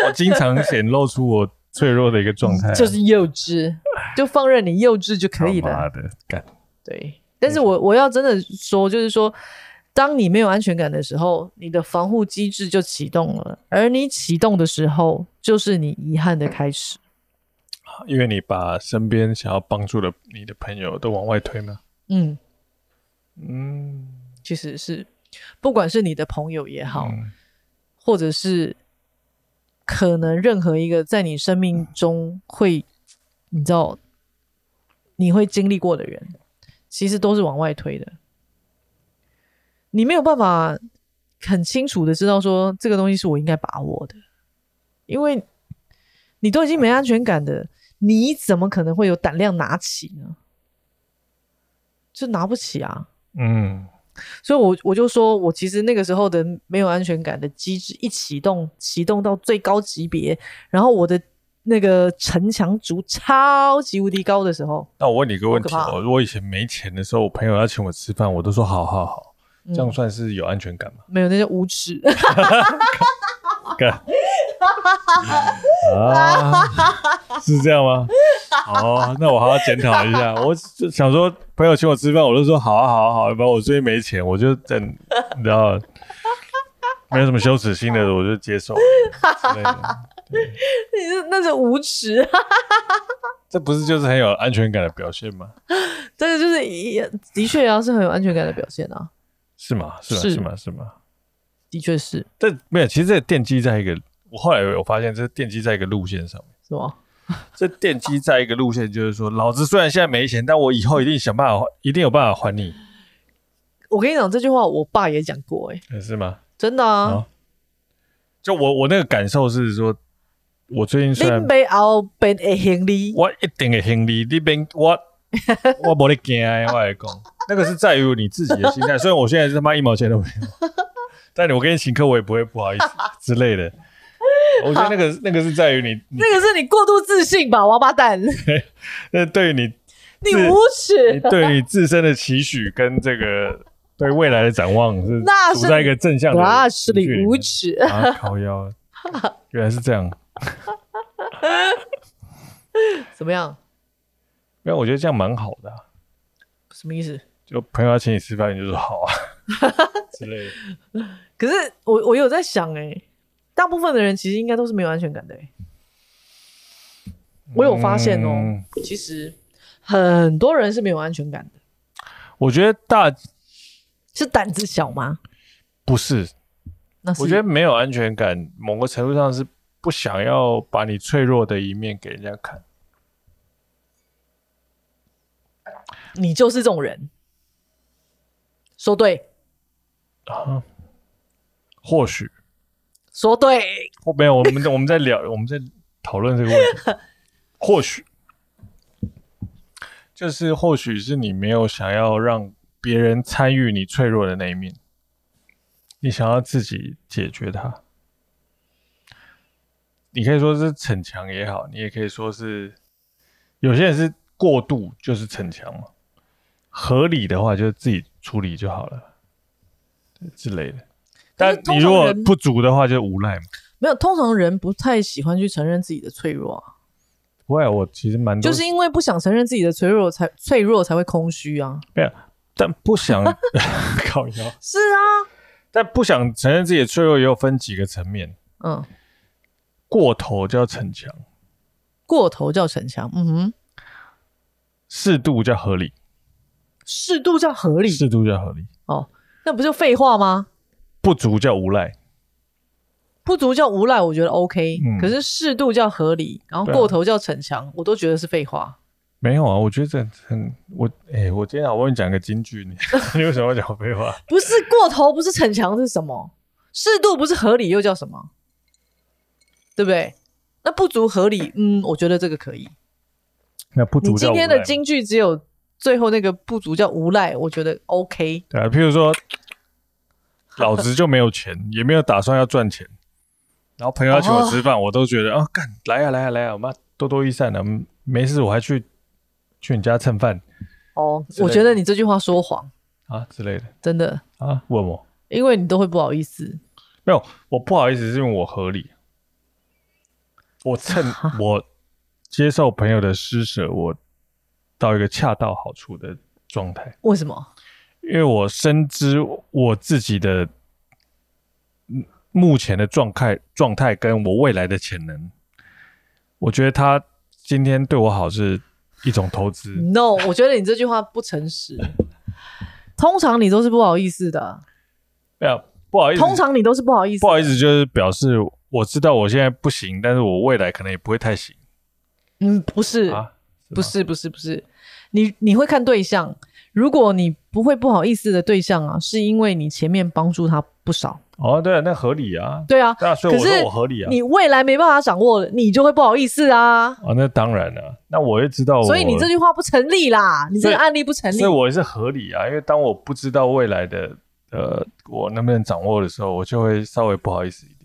[SPEAKER 3] 我经常显露出我脆弱的一个状态啊、
[SPEAKER 1] 就是幼稚，就放任你幼稚就可以
[SPEAKER 3] 他
[SPEAKER 1] 了
[SPEAKER 3] 妈。的，干
[SPEAKER 1] 对，但是我我要真的说，就是说，当你没有安全感的时候，你的防护机制就启动了，而你启动的时候，就是你遗憾的开始。
[SPEAKER 3] 因为你把身边想要帮助的你的朋友都往外推嘛。
[SPEAKER 1] 嗯，
[SPEAKER 3] 嗯，
[SPEAKER 1] 其实是，不管是你的朋友也好，
[SPEAKER 3] 嗯
[SPEAKER 1] 或者是可能任何一个在你生命中会，你知道，你会经历过的人，其实都是往外推的。你没有办法很清楚的知道说这个东西是我应该把握的，因为你都已经没安全感的，你怎么可能会有胆量拿起呢？就拿不起啊！
[SPEAKER 3] 嗯，
[SPEAKER 1] 所以我我就说我其实那个时候的没有安全感的机制一启动，启动到最高级别，然后我的那个城墙值超级无敌高的时候，
[SPEAKER 3] 那我问你一个问题
[SPEAKER 1] 好可怕
[SPEAKER 3] 哦，我以前没钱的时候，我朋友要请我吃饭，我都说好好好，
[SPEAKER 1] 嗯
[SPEAKER 3] 这样算是有安全感 吗？
[SPEAKER 1] 没有那些无耻，
[SPEAKER 3] 干啊，是这样吗？ 哦，那我好好检讨一下。我就想说，朋友请我吃饭，我就说好啊好啊好啊，反正我最近没钱，我就等，你知道， 没有什么羞耻心的，我就接受了之类的。
[SPEAKER 1] 你是那是无耻，啊
[SPEAKER 3] 这不是就是很有安全感的表现吗？
[SPEAKER 1] 但是就是也的确啊是很有安全感的表现啊，
[SPEAKER 3] 是吗？是吗？
[SPEAKER 1] 是
[SPEAKER 3] 是吗？是吗？
[SPEAKER 1] 的确是，
[SPEAKER 3] 这没有，其实这奠基在一个，我后来有发现，这奠基在一个路线上面。
[SPEAKER 1] 是吗？
[SPEAKER 3] 这奠基在一个路线，就是说，老子虽然现在没钱，但我以后一定想办法还，一定有办法还你，
[SPEAKER 1] 我跟你讲这句话，我爸也讲过、欸，哎，
[SPEAKER 3] 呃是吗？
[SPEAKER 1] 真的啊
[SPEAKER 3] 哦，就我我那个感受是说，我最近虽然
[SPEAKER 1] 林北熬本的行李，
[SPEAKER 3] 我一定会行李，你边我我不会惊的，我来讲，那个是在于你自己的心态。虽然我现在他妈一毛钱都没有，但我给你请客，我也不会不好意思之类的。我觉得那个那个是在于你，你
[SPEAKER 1] 那个是你过度自信吧，王八蛋， 你
[SPEAKER 3] 那呃对于你
[SPEAKER 1] 无
[SPEAKER 3] 你
[SPEAKER 1] 耻，
[SPEAKER 3] 对于自身的期许跟这个对未来的展望是
[SPEAKER 1] 那
[SPEAKER 3] 处
[SPEAKER 1] 是
[SPEAKER 3] 在一个正向的
[SPEAKER 1] 那是
[SPEAKER 3] 情绪里
[SPEAKER 1] 你无
[SPEAKER 3] 面
[SPEAKER 1] 耻。
[SPEAKER 3] 啊，靠腰，原来是这样。
[SPEAKER 1] 怎么样？
[SPEAKER 3] 因为我觉得这样蛮好的啊、
[SPEAKER 1] 什么意思？
[SPEAKER 3] 就朋友要请你吃饭，你就说好啊。之类的。
[SPEAKER 1] 可是我我有在想哎、大部分的人其实应该都是没有安全感的、欸。我有发现哦、
[SPEAKER 3] 嗯
[SPEAKER 1] 其实很多人是没有安全感的，
[SPEAKER 3] 我觉得大
[SPEAKER 1] 是胆子小吗？
[SPEAKER 3] 不是，
[SPEAKER 1] 那是
[SPEAKER 3] 我觉得没有安全感，某个程度上是不想要把你脆弱的一面给人家看。
[SPEAKER 1] 你就是这种人，说对，
[SPEAKER 3] 啊，或许
[SPEAKER 1] 说对，
[SPEAKER 3] 或 没有，我们我们在聊，我们在讨论这个问题。 或许就是或许是你没有想要让别人参与你脆弱的那一面，你想要自己解决它。你可以说是逞强也好，你也可以说是有些人是过度，就是逞强嘛。合理的话，就自己处理就好了，对之类的。
[SPEAKER 1] 可是通
[SPEAKER 3] 但
[SPEAKER 1] 常
[SPEAKER 3] 你如果
[SPEAKER 1] 人
[SPEAKER 3] 不足的话，就无赖嘛。
[SPEAKER 1] 没有。通常人不太喜欢去承认自己的脆弱啊，
[SPEAKER 3] 不会啊，我其实蛮多
[SPEAKER 1] 就是因为不想承认自己的脆弱才脆弱才会空虚啊。
[SPEAKER 3] 但不 想靠腰，
[SPEAKER 1] 是啊，
[SPEAKER 3] 但不想承认自己的脆弱，也有分几个层面。
[SPEAKER 1] 嗯，
[SPEAKER 3] 过头叫逞强，
[SPEAKER 1] 过头叫逞强，嗯哼，
[SPEAKER 3] 适度叫合理，
[SPEAKER 1] 适度叫合理
[SPEAKER 3] 适度叫合理，
[SPEAKER 1] 哦，那不就废话吗？
[SPEAKER 3] 不足叫无赖。
[SPEAKER 1] 不足叫无赖，我觉得 OK，、
[SPEAKER 3] 嗯
[SPEAKER 1] 可是适度叫合理，然后
[SPEAKER 3] 对啊
[SPEAKER 1] 过头叫逞强，我都觉得是废话。
[SPEAKER 3] 没有啊，我觉得这很我哎、我今天好不容易讲个京剧，你 你为什么要讲废话？
[SPEAKER 1] 不是过头，不是逞强是什么？适度不是合理又叫什么？对不对？那不足合理，嗯，我觉得这个可以。
[SPEAKER 3] 那不
[SPEAKER 1] 你
[SPEAKER 3] 足叫
[SPEAKER 1] 今
[SPEAKER 3] 无赖
[SPEAKER 1] 天的
[SPEAKER 3] 嘛
[SPEAKER 1] 京剧只有最后那个不足叫无赖，我觉得 OK。
[SPEAKER 3] 对啊，譬如说，老子就没有钱，也没有打算要赚钱，然后朋友要请我吃饭，我都觉得啊，干来啊来啊来啊，我妈多多益善的、嗯没事我还去去你家蹭饭
[SPEAKER 1] 哦，
[SPEAKER 3] 之类的
[SPEAKER 1] 我觉得你这句话说谎，
[SPEAKER 3] 啊之类的
[SPEAKER 1] 真的，
[SPEAKER 3] 啊，问我
[SPEAKER 1] 因为你都会不好意思。
[SPEAKER 3] 没有，我不好意思是因为我合理，我趁我接受朋友的施舍，我到一个恰到好处的状态。
[SPEAKER 1] 为什么？
[SPEAKER 3] 因为我深知我自己的嗯目前的状态、状态跟我未来的潜能，我觉得他今天对我好是一种投资。
[SPEAKER 1] No，我觉得你这句话不诚 实。通常你都是不好意思的，
[SPEAKER 3] 没有不好意思，
[SPEAKER 1] 通常你都是不好意思
[SPEAKER 3] 哎不。好意思，就是表示我知道我现在不行，但是我未来可能也不会太行
[SPEAKER 1] 嗯，不是，
[SPEAKER 3] 啊。
[SPEAKER 1] 不
[SPEAKER 3] 吗
[SPEAKER 1] 是，不是，不是。你你会看对象，如果你不会不好意思的对象啊，是因为你前面帮助他不少。
[SPEAKER 3] 哦，对、啊，那合理啊。
[SPEAKER 1] 对啊，
[SPEAKER 3] 对啊，所以我
[SPEAKER 1] 可是
[SPEAKER 3] 说我合理啊。
[SPEAKER 1] 你未来没办法掌握了，你就会不好意思啊。
[SPEAKER 3] 哦，那当然了、那我也知道我，
[SPEAKER 1] 所以你这句话不成立啦，你这
[SPEAKER 3] 所以
[SPEAKER 1] 个案例不成立
[SPEAKER 3] 哦所以。我也是合理啊，因为当我不知道未来的呃我能不能掌握的时候，我就会稍微不好意思一点。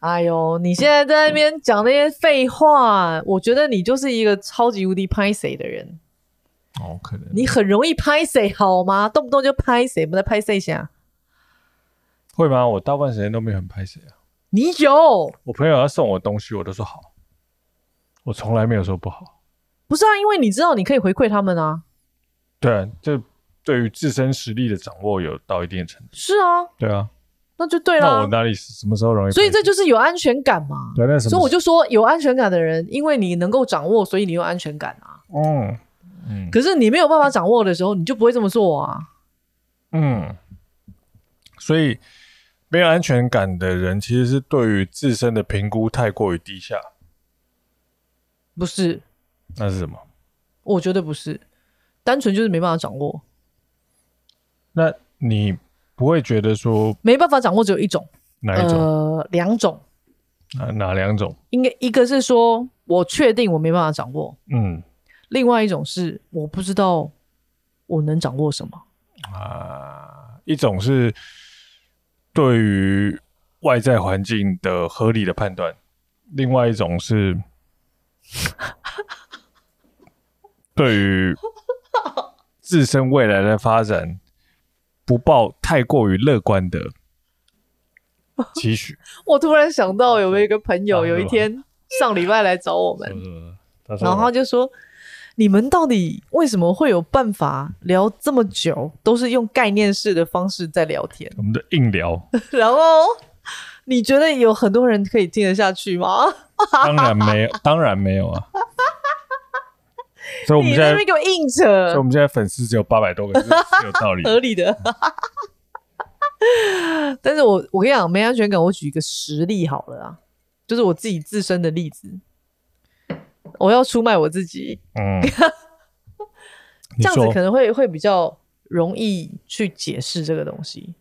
[SPEAKER 1] 哎呦，你现在在那边讲那些废话，我觉得你就是一个超级无敌拍谁的人。
[SPEAKER 3] 哦，可能
[SPEAKER 1] 你很容易拍谁好吗？动不动就拍谁，不再拍谁一啊下。
[SPEAKER 3] 会吗？我大部分时间都没有很拍谁啊。
[SPEAKER 1] 你有
[SPEAKER 3] 我朋友要送我东西，我都说好，我从来没有说不好。
[SPEAKER 1] 不是啊？因为你知道你可以回馈他们啊。
[SPEAKER 3] 对、啊，就对于自身实力的掌握有到一定的程度。
[SPEAKER 1] 是啊，
[SPEAKER 3] 对啊，
[SPEAKER 1] 那就对
[SPEAKER 3] 那我
[SPEAKER 1] 啦。
[SPEAKER 3] 哪里什么时候容易拍？
[SPEAKER 1] 所以这就是有安全感嘛。
[SPEAKER 3] 对，那啊什么？
[SPEAKER 1] 所以我就说有安全感的人，因为你能够掌握，所以你有安全感啊。
[SPEAKER 3] 嗯嗯
[SPEAKER 1] 可是你没有办法掌握的时候，你就不会这么做啊。
[SPEAKER 3] 嗯，所以没有安全感的人，其实是对于自身的评估太过于低下。
[SPEAKER 1] 不是，
[SPEAKER 3] 那是什么？
[SPEAKER 1] 我觉得不是，单纯就是没办法掌握，
[SPEAKER 3] 那你不会觉得说
[SPEAKER 1] 没办法掌握只有一种，
[SPEAKER 3] 哪一种、
[SPEAKER 1] 呃，两种，
[SPEAKER 3] 哪哪两种？
[SPEAKER 1] 应该一个是说我确定我没办法掌握，
[SPEAKER 3] 嗯
[SPEAKER 1] 另外一种是我不知道我能掌握什么。
[SPEAKER 3] 啊，一种是对于外在环境的合理的判断，另外一种是对于自身未来的发展不抱太过于乐观的期许。
[SPEAKER 1] 我突然想到有一个朋友，
[SPEAKER 3] 啊嗯
[SPEAKER 1] 有一天上礼拜来找我
[SPEAKER 3] 是
[SPEAKER 1] 们
[SPEAKER 3] 呃不，是他说
[SPEAKER 1] 然后他就说：“你们到底为什么会有办法聊这么久，都是用概念式的方式在聊天？
[SPEAKER 3] 我们的硬聊，
[SPEAKER 1] 然后你觉得有很多人可以听得下去吗？
[SPEAKER 3] 当然没有，当然没有啊。所以我们
[SPEAKER 1] 你
[SPEAKER 3] 现
[SPEAKER 1] 在
[SPEAKER 3] 在
[SPEAKER 1] 那，边给我硬
[SPEAKER 3] 所以 我
[SPEAKER 1] 扯，
[SPEAKER 3] 们现在粉丝只有八百多个，是是有道理 的。
[SPEAKER 1] 合理的。但是我我跟你讲，没安全感，我举一个实例好了啊，就是我自己自身的例子。我要出卖我自己，
[SPEAKER 3] 嗯，
[SPEAKER 1] 这
[SPEAKER 3] 你
[SPEAKER 1] 样子
[SPEAKER 3] 说
[SPEAKER 1] 可能会会比较容易去解释这个东西。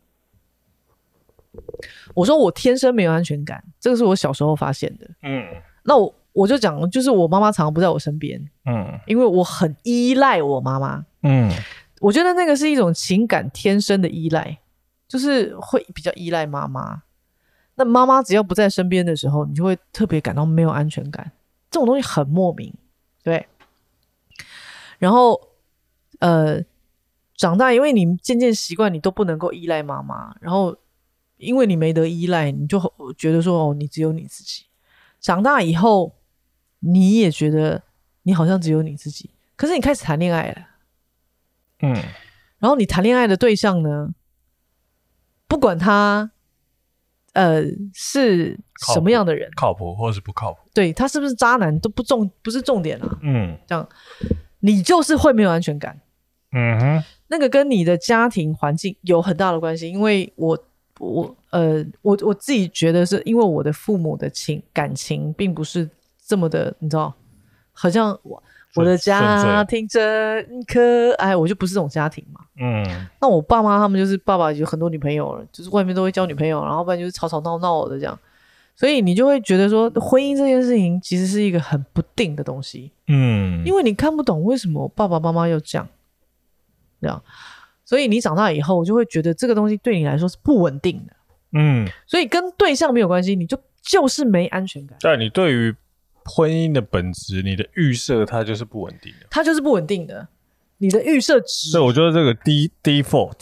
[SPEAKER 1] 我说我天生没有安全感，这个是我小时候发现的。
[SPEAKER 3] 嗯
[SPEAKER 1] 那我我就讲，就是我妈妈常常不在我身边，
[SPEAKER 3] 嗯
[SPEAKER 1] 因为我很依赖我妈妈。
[SPEAKER 3] 嗯
[SPEAKER 1] 我觉得那个是一种情感天生的依赖，就是会比较依赖妈妈。那妈妈只要不在身边的时候，你就会特别感到没有安全感，这种东西很莫名，对。然后，呃，长大，因为你渐渐习惯，你都不能够依赖妈妈，然后因为你没得依赖，你就觉得说，哦，你只有你自己。长大以后，你也觉得你好像只有你自己，可是你开始谈恋爱了。
[SPEAKER 3] 嗯，
[SPEAKER 1] 然后你谈恋爱的对象呢，不管他呃是什么样的人，
[SPEAKER 3] 靠谱或者是不靠谱？
[SPEAKER 1] 对他是不是渣男都不重不是重点啊，
[SPEAKER 3] 嗯
[SPEAKER 1] 你就是会没有安全感。
[SPEAKER 3] 嗯哼，
[SPEAKER 1] 那个跟你的家庭环境有很大的关系，因为我我呃我我自己觉得是因为我的父母的情感情并不是这么的，你知道，好像我我的
[SPEAKER 3] 顺顺遂
[SPEAKER 1] 家庭真可爱，我就不是这种家庭嘛。
[SPEAKER 3] 嗯
[SPEAKER 1] 那我爸妈他们就是爸爸有很多女朋友了，就是外面都会交女朋友，然后不然就是吵吵闹闹的这样，所以你就会觉得说，婚姻这件事情其实是一个很不定的东西，
[SPEAKER 3] 嗯，
[SPEAKER 1] 因
[SPEAKER 3] 为
[SPEAKER 1] 为你看不懂为什么爸爸妈妈要这样，这样，所以你长大以后就会觉得这个东西对你来说是不稳定的，
[SPEAKER 3] 嗯，
[SPEAKER 1] 所以跟对象没有关系，你就就是没安全感，
[SPEAKER 3] 但你对于婚姻的本质，你的预设它就是不稳定的。
[SPEAKER 1] 它就是不稳定的，你的预设值
[SPEAKER 3] 所以，我觉得这个 D default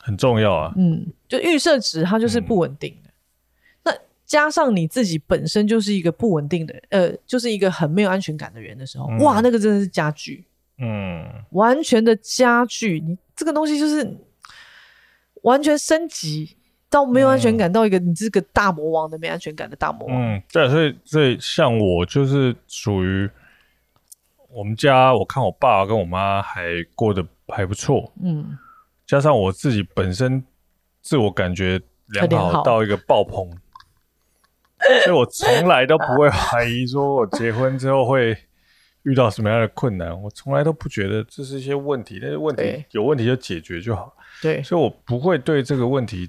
[SPEAKER 3] 很重要啊。
[SPEAKER 1] 嗯，就预设值它就是
[SPEAKER 3] 嗯
[SPEAKER 1] 不稳定的。那加上你自己本身就是一个不稳定的，呃，就是一个很没有安全感的人的时候，
[SPEAKER 3] 嗯
[SPEAKER 1] 哇，那个真的是加剧，
[SPEAKER 3] 嗯
[SPEAKER 1] 完全的加剧。你这个东西就是完全升级到没有安全感，到一个你是个大魔王的没安全感的大魔王。
[SPEAKER 3] 嗯，对，所以所以像我就是属于我们家，我看我爸跟我妈还过得还不错，
[SPEAKER 1] 嗯
[SPEAKER 3] 加上我自己本身自我感觉良
[SPEAKER 1] 很良好
[SPEAKER 3] 好到一个爆棚， 所以我从来都不会怀疑说我结婚之后会遇到什么样的困难，我从来都不觉得这是一些问题，但是问题
[SPEAKER 1] 对
[SPEAKER 3] 有问题就解决就好，
[SPEAKER 1] 对，
[SPEAKER 3] 所以我不会对这个问题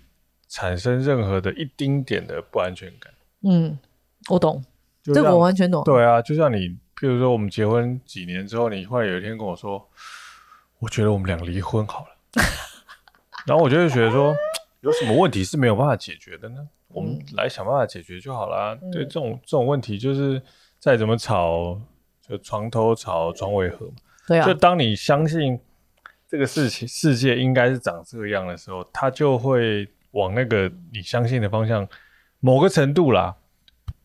[SPEAKER 3] 产生任何的一丁点的不安全感。
[SPEAKER 1] 嗯，我懂，
[SPEAKER 3] 就
[SPEAKER 1] 这个
[SPEAKER 3] 让
[SPEAKER 1] 我完全懂。
[SPEAKER 3] 对啊，就像你，譬如说我们结婚几年之后，你忽然有一天跟我说，我觉得我们俩离婚好了，然后我就会觉得说，有什么问题是没有办法解决的呢？我们来想办法解决就好啦。对这种这种问题，就是再怎么吵，就床头吵，床尾和嘛。
[SPEAKER 1] 对啊
[SPEAKER 3] 就，当你相信这个事情世界应该是长这样的时候，它就会往那个你相信的方向，某个程度啦，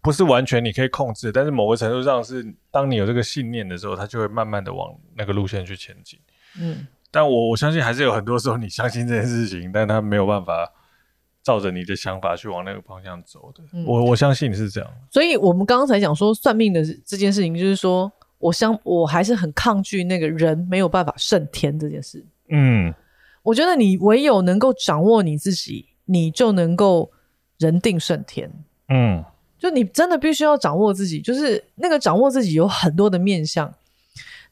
[SPEAKER 3] 不是完全你可以控制，但是某个程度上是，当你有这个信念的时候，它就会慢慢的往那个路线去前进。
[SPEAKER 1] 嗯，
[SPEAKER 3] 但我我相信还是有很多时候你相信这件事情，但它没有办法照着你的想法去往那个方向走的。
[SPEAKER 1] 嗯
[SPEAKER 3] 我我相信是这样。
[SPEAKER 1] 所以我们刚刚才讲说算命的这件事情，就是说我相我还是很抗拒那个人没有办法胜天这件事。
[SPEAKER 3] 嗯
[SPEAKER 1] 我觉得你唯有能够掌握你自己，你就能够人定胜天。
[SPEAKER 3] 嗯
[SPEAKER 1] 就你真的必须要掌握自己，就是那个掌握自己有很多的面向。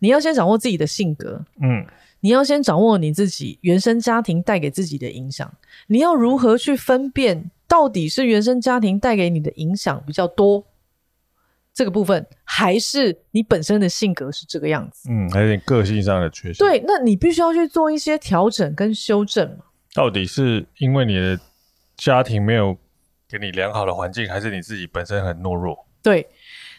[SPEAKER 1] 你要先掌握自己的性格，
[SPEAKER 3] 嗯
[SPEAKER 1] 你要先掌握你自己原生家庭带给自己的影响。你要如何去分辨到底是原生家庭带给你的影响比较多这个部分，还是你本身的性格是这个样子？
[SPEAKER 3] 嗯，还有点个性上的缺陷。
[SPEAKER 1] 对，那你必须要去做一些调整跟修正嘛。
[SPEAKER 3] 到底是因为你的家庭没有给你良好的环境，还是你自己本身很懦弱？
[SPEAKER 1] 对，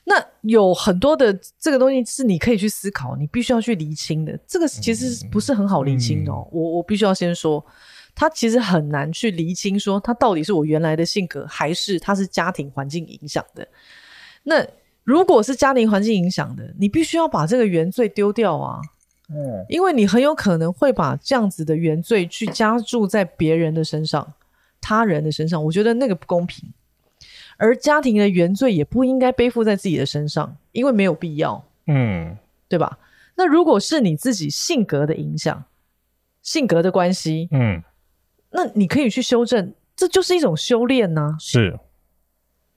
[SPEAKER 1] 那有很多的这个东西是你可以去思考，你必须要去厘清的。这个其实是不是很好厘清哦，我我必须要先说，他其实很难去厘清，说他到底是我原来的性格，还是他是家庭环境影响的。那如果是家庭环境影响的，你必须要把这个原罪丢掉啊，
[SPEAKER 3] 嗯，
[SPEAKER 1] 因为你很有可能会把这样子的原罪去加注在别人的身上、他人的身上，我觉得那个不公平。而家庭的原罪也不应该背负在自己的身上，因为没有必要。
[SPEAKER 3] 嗯，
[SPEAKER 1] 对吧？那如果是你自己性格的影响、性格的关系，
[SPEAKER 3] 嗯，
[SPEAKER 1] 那你可以去修正，这就是一种修炼呐、
[SPEAKER 3] 是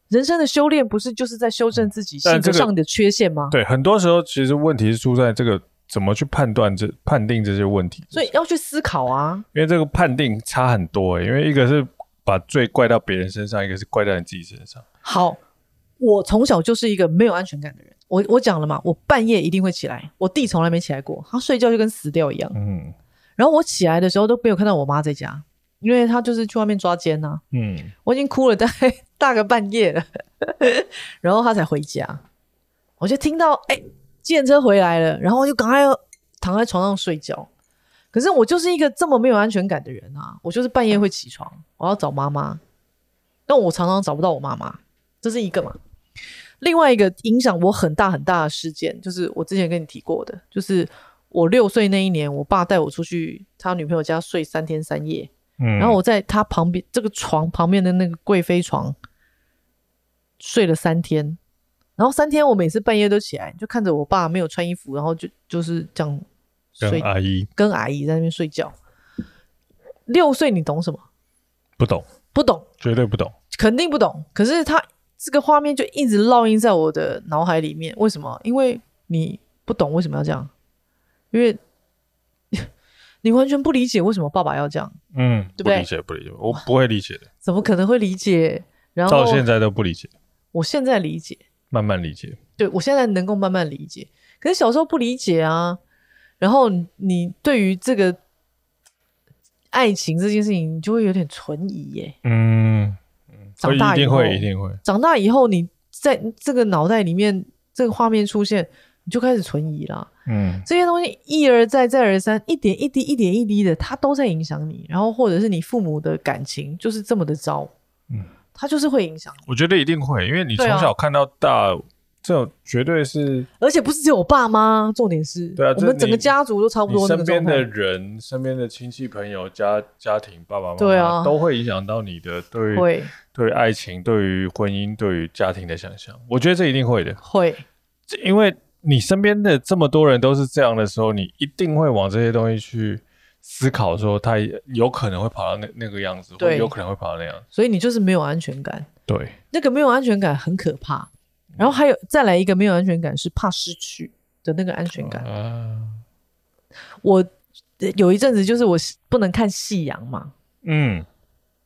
[SPEAKER 1] 人生的修炼不是就是在修正自己
[SPEAKER 3] 嗯但
[SPEAKER 1] 性
[SPEAKER 3] 这
[SPEAKER 1] 格
[SPEAKER 3] 个
[SPEAKER 1] 上的缺陷吗？
[SPEAKER 3] 对。很多时候，其实问题是出在这个怎么去判断这判定这些问题，
[SPEAKER 1] 所以要去思考啊。
[SPEAKER 3] 因为这个判定差很多、欸，因为一个是把罪怪到别人身上，一个是怪到你自己身上。
[SPEAKER 1] 好，我从小就是一个没有安全感的人。我我讲了嘛，我半夜一定会起来，我弟从来没起来过，他睡觉就跟死掉一样。
[SPEAKER 3] 嗯
[SPEAKER 1] 然后我起来的时候都没有看到我妈在家，因为她就是去外面抓奸呐、啊
[SPEAKER 3] 嗯
[SPEAKER 1] 我已经哭了大概大个半夜了， 然后他才回家，我就听到哎，计、程车回来了，然后我就赶快躺在床上睡觉。可是我就是一个这么没有安全感的人啊，我就是半夜会起床，我要找妈妈，但我常常找不到我妈妈，这是一个嘛。另外一个影响我很大很大的事件，就是我之前跟你提过的，就是我六岁那一年，我爸带我出去他女朋友家睡三天三夜，
[SPEAKER 3] 嗯。
[SPEAKER 1] 然后我在他旁边这个床旁边的那个贵妃床睡了三天，然后三天我每次半夜都起来，就看着我爸没有穿衣服，然后就就是这样
[SPEAKER 3] 跟
[SPEAKER 1] 睡，
[SPEAKER 3] 阿姨
[SPEAKER 1] 跟阿姨在那边睡觉。六岁你懂什么？
[SPEAKER 3] 不懂，
[SPEAKER 1] 不懂，
[SPEAKER 3] 绝对不懂。
[SPEAKER 1] 肯定不懂。可是他这个画面就一直烙印在我的脑海里面。为什么？因为你不懂为什么要这样，因为 你完全不理解为什么爸爸要这样，
[SPEAKER 3] 嗯，
[SPEAKER 1] 对不
[SPEAKER 3] 不
[SPEAKER 1] 对
[SPEAKER 3] 理解，不理解，我不会理解的，
[SPEAKER 1] 怎么可能会理解？然后
[SPEAKER 3] 到现在都不理解，
[SPEAKER 1] 我现在理解，
[SPEAKER 3] 慢慢理解。
[SPEAKER 1] 对我现在能够慢慢理解，可是小时候不理解啊。然后你你对于这个爱情这件事情，你就会有点存疑耶。
[SPEAKER 3] 嗯，
[SPEAKER 1] 长大
[SPEAKER 3] 一
[SPEAKER 1] 以
[SPEAKER 3] 定
[SPEAKER 1] 后，
[SPEAKER 3] 会，一定会。
[SPEAKER 1] 长大以后，你在这个脑袋里面这个画面出现，你就开始存疑啦。
[SPEAKER 3] 嗯
[SPEAKER 1] 这些东西一而再，再而三，一点一滴，一点一滴的，它都在影响你。然后或者是你父母的感情就是这么的糟，
[SPEAKER 3] 嗯，
[SPEAKER 1] 它就是会影响你。
[SPEAKER 3] 我觉得一定会，因为你从
[SPEAKER 1] 对啊
[SPEAKER 3] 小看到大，这种绝对是
[SPEAKER 1] 而且不是只有我爸妈，重点是，
[SPEAKER 3] 对
[SPEAKER 1] 我
[SPEAKER 3] 啊这
[SPEAKER 1] 们整个
[SPEAKER 3] 你
[SPEAKER 1] 家族都差不
[SPEAKER 3] 你
[SPEAKER 1] 多那个
[SPEAKER 3] 身
[SPEAKER 1] 状
[SPEAKER 3] 边
[SPEAKER 1] 态。
[SPEAKER 3] 的人、身边的亲戚朋友、家家庭、爸爸妈妈，
[SPEAKER 1] 对啊
[SPEAKER 3] 都会影响到你的对于
[SPEAKER 1] 会
[SPEAKER 3] 对于爱情、对于婚姻、对于家庭的想象。我觉得这一定会的，
[SPEAKER 1] 会，
[SPEAKER 3] 这因为你身边的这么多人都是这样的时候，你一定会往这些东西去思考，说他有可能会跑到那那个样子，或
[SPEAKER 1] 对
[SPEAKER 3] 有可能会跑到那样子。
[SPEAKER 1] 所以你就是没有安全感，
[SPEAKER 3] 对，
[SPEAKER 1] 那个没有安全感很可怕。然后还有再来一个没有安全感是怕失去的那个安全感。
[SPEAKER 3] 啊，
[SPEAKER 1] 我呃有一阵子就是我不能看夕阳嘛，
[SPEAKER 3] 嗯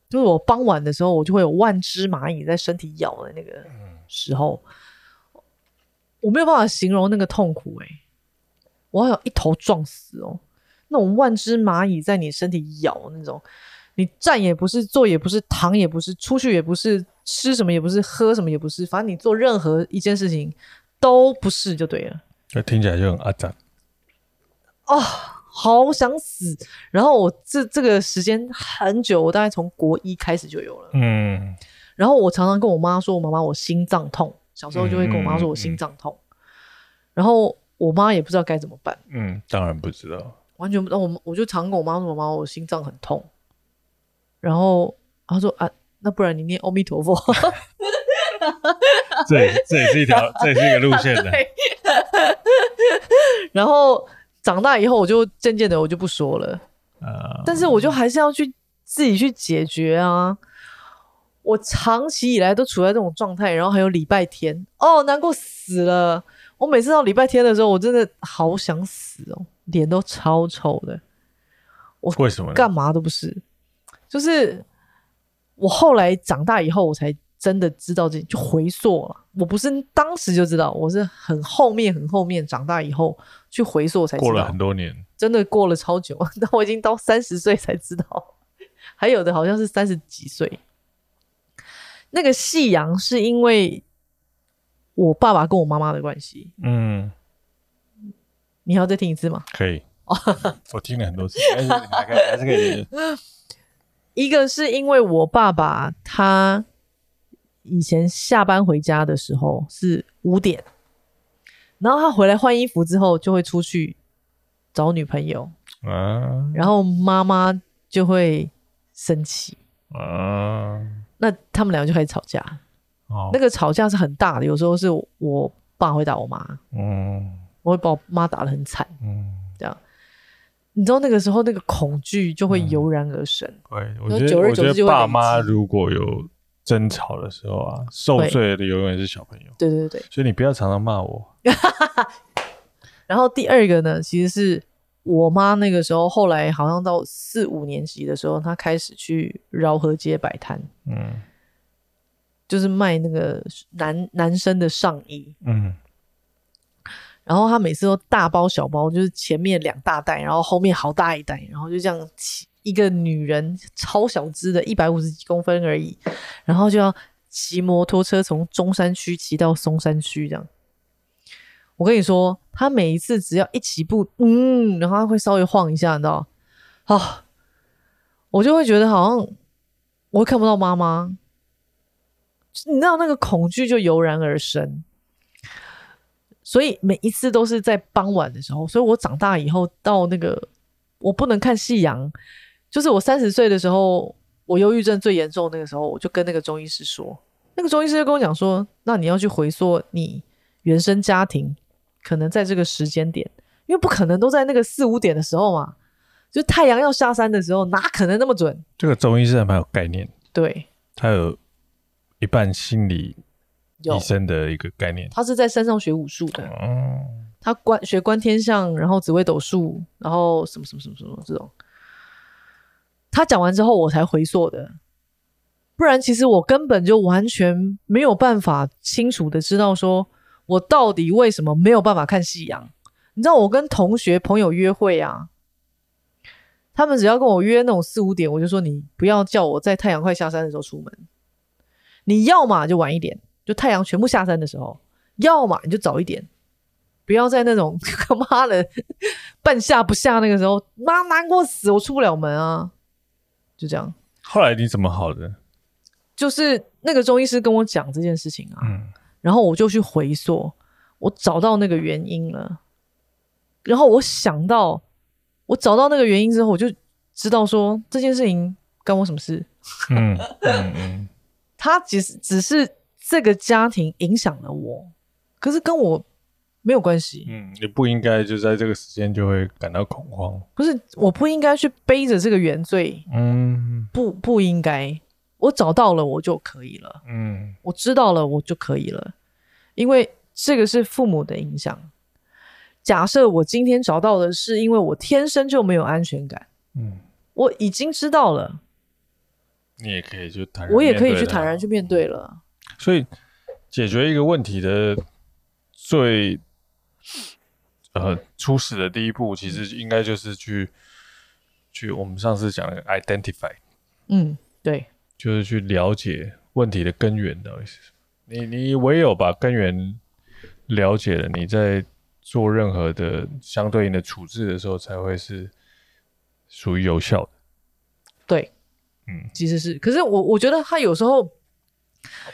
[SPEAKER 1] 就是我傍晚的时候我就会有万只蚂蚁在身体咬的那个时候，我没有办法形容那个痛苦诶、我好想一头撞死哦，那种万只蚂蚁在你身体咬那种，你站也不是，坐也不是，躺也不是，出去也不是，吃什么也不是，喝什么也不是，反正你做任何一件事情都不是就对了。
[SPEAKER 3] 这听起来就很阿展。
[SPEAKER 1] 好想死，然后我这这个时间很久，我大概从国一开始就有了。
[SPEAKER 3] 嗯
[SPEAKER 1] 然后我常常跟我妈说，我妈妈我心脏痛，小时候就会跟我妈说我心脏痛，然后我妈也不知道该怎么办，
[SPEAKER 3] 嗯，当然不知道。
[SPEAKER 1] 完全不知道。我我就常跟我妈说，我妈我心脏很痛，然后她说啊，那不然你念阿弥陀佛，
[SPEAKER 3] 这这也是一 条，这也是一个路线的。
[SPEAKER 1] 然后长大以后我就渐渐的我就不说了，
[SPEAKER 3] 呃，
[SPEAKER 1] 但是我就还是要去自己去解决啊。我长期以来都处在这种状态，然后还有礼拜天，哦，难过死了。我每次到礼拜天的时候，我真的好想死哦，脸都超臭的，
[SPEAKER 3] 嗯为什么呢？
[SPEAKER 1] 干嘛都不是。就是我后来长大以后，我才真的知道这就回溯了。我不是当时就知道，我是很后面很后面长大以后去回溯才知道。
[SPEAKER 3] 过了很多年，
[SPEAKER 1] 真的过了超久， 但我已经到三十岁才知道， 还有的好像是三十几岁。那个夕阳是因为我爸爸跟我妈妈的关系，
[SPEAKER 3] 嗯，
[SPEAKER 1] 你还要再听一次吗？
[SPEAKER 3] 可 以。我听了很多 次，但是你还可以，还是可以。
[SPEAKER 1] 一个是因为我爸爸他以前下班回家的时候是五点，然后他回来换衣服之后就会出去找女朋友，
[SPEAKER 3] 啊
[SPEAKER 1] 然后妈妈就会生气，
[SPEAKER 3] 啊
[SPEAKER 1] 那他们两个就开始吵架。
[SPEAKER 3] 哦
[SPEAKER 1] 那，个吵架是很大的，有时候是我爸会打我妈，
[SPEAKER 3] 嗯
[SPEAKER 1] 我会把我妈打得很惨。
[SPEAKER 3] 嗯，
[SPEAKER 1] 你知道那个时候那个恐惧就会油然而生。
[SPEAKER 3] 对，我
[SPEAKER 1] 然后
[SPEAKER 3] 觉得
[SPEAKER 1] 久而
[SPEAKER 3] 我
[SPEAKER 1] 久之
[SPEAKER 3] 觉
[SPEAKER 1] 就会
[SPEAKER 3] 得爸
[SPEAKER 1] 累积
[SPEAKER 3] 妈如果有争吵的时候啊，受
[SPEAKER 1] 会
[SPEAKER 3] 罪的永远是小朋友，
[SPEAKER 1] 对对对。
[SPEAKER 3] 所以你不要常常骂我。
[SPEAKER 1] 然后第二个呢，其实是我妈那个时候，后来好像到四五年级的时候，她开始去饶河街摆摊，
[SPEAKER 3] 嗯
[SPEAKER 1] 就是卖那个男男生的上衣。
[SPEAKER 3] 嗯
[SPEAKER 1] 然后她每次都大包小包，就是前面两大袋，然后后面好大一袋，然后就这样骑一个女人超小只的，一百五十几公分而已，然后就要骑摩托车从中山区骑到松山区这样。我跟你说，她每一次只要一起步，嗯，然后她会稍微晃一下，你知道？啊，我就会觉得好像我看不到妈妈，你知道那个恐惧就油然而生。所以每一次都是在傍晚的时候。所以我长大以后到那个，我不能看夕阳，就是我三十岁的时候，我忧郁症最严重的那个时候，我就跟那个中医师说，那个中医师就跟我讲说，那你要去回溯你原生家庭，可能在这个时间点，因为不可能都在那个四五点的时候嘛，就太阳要下山的时候，哪可能那么准？
[SPEAKER 3] 这个中医是还蛮有概念，
[SPEAKER 1] 对，
[SPEAKER 3] 他有一半心理
[SPEAKER 1] 有
[SPEAKER 3] 医。生的一个概念。
[SPEAKER 1] 他是在山上学武术的，
[SPEAKER 3] 嗯，
[SPEAKER 1] 他观学观天象，然后紫微斗数，然后什么什么什么什么这种。他讲完之后，我才回溯的，不然其实我根本就完全没有办法清楚的知道说我到底为什么没有办法看夕阳。你知道，我跟同学朋友约会啊，他们只要跟我约那种四五点，我就说你不要叫我在太阳快下山的时候出门，你要嘛就晚一点，就太阳全部下山的时候；要嘛你就早一点。不要在那种 他妈的半下不下那个时候，妈难过死，我出不了门啊！就这样，
[SPEAKER 3] 后来你怎么好的？
[SPEAKER 1] 就是那个中医师跟我讲这件事情啊，
[SPEAKER 3] 嗯
[SPEAKER 1] 然后我就去回溯，我找到那个原因了，然后我想到，我找到那个原因之后，我就知道说这件事情干我什么事？
[SPEAKER 3] 嗯嗯嗯，
[SPEAKER 1] 他只是只是这个家庭影响了我，可是跟我没有关系。
[SPEAKER 3] 嗯，你不应该就在这个时间就会感到恐慌。
[SPEAKER 1] 不是，我不应该去背着这个原罪，
[SPEAKER 3] 嗯
[SPEAKER 1] 不不应该，我找到了我就可以了，
[SPEAKER 3] 嗯
[SPEAKER 1] 我知道了我就可以了，因为这个是父母的影响。假设我今天找到的是因为我天生就没有安全感，
[SPEAKER 3] 嗯，
[SPEAKER 1] 我已经知道了，
[SPEAKER 3] 你也可以就坦然，
[SPEAKER 1] 我也可以去坦然去。面对了。
[SPEAKER 3] 所以解决一个问题的最呃初始的第一步，其实应该就是去去我们上次讲的 identify，
[SPEAKER 1] 嗯，对，
[SPEAKER 3] 就是去了解问题的根源到底是什么。你你唯有把根源了解了，你在做任何的相对应的处置的时候，才会是属于有效的。
[SPEAKER 1] 对，
[SPEAKER 3] 嗯，
[SPEAKER 1] 其实是，可是我我觉得他有时候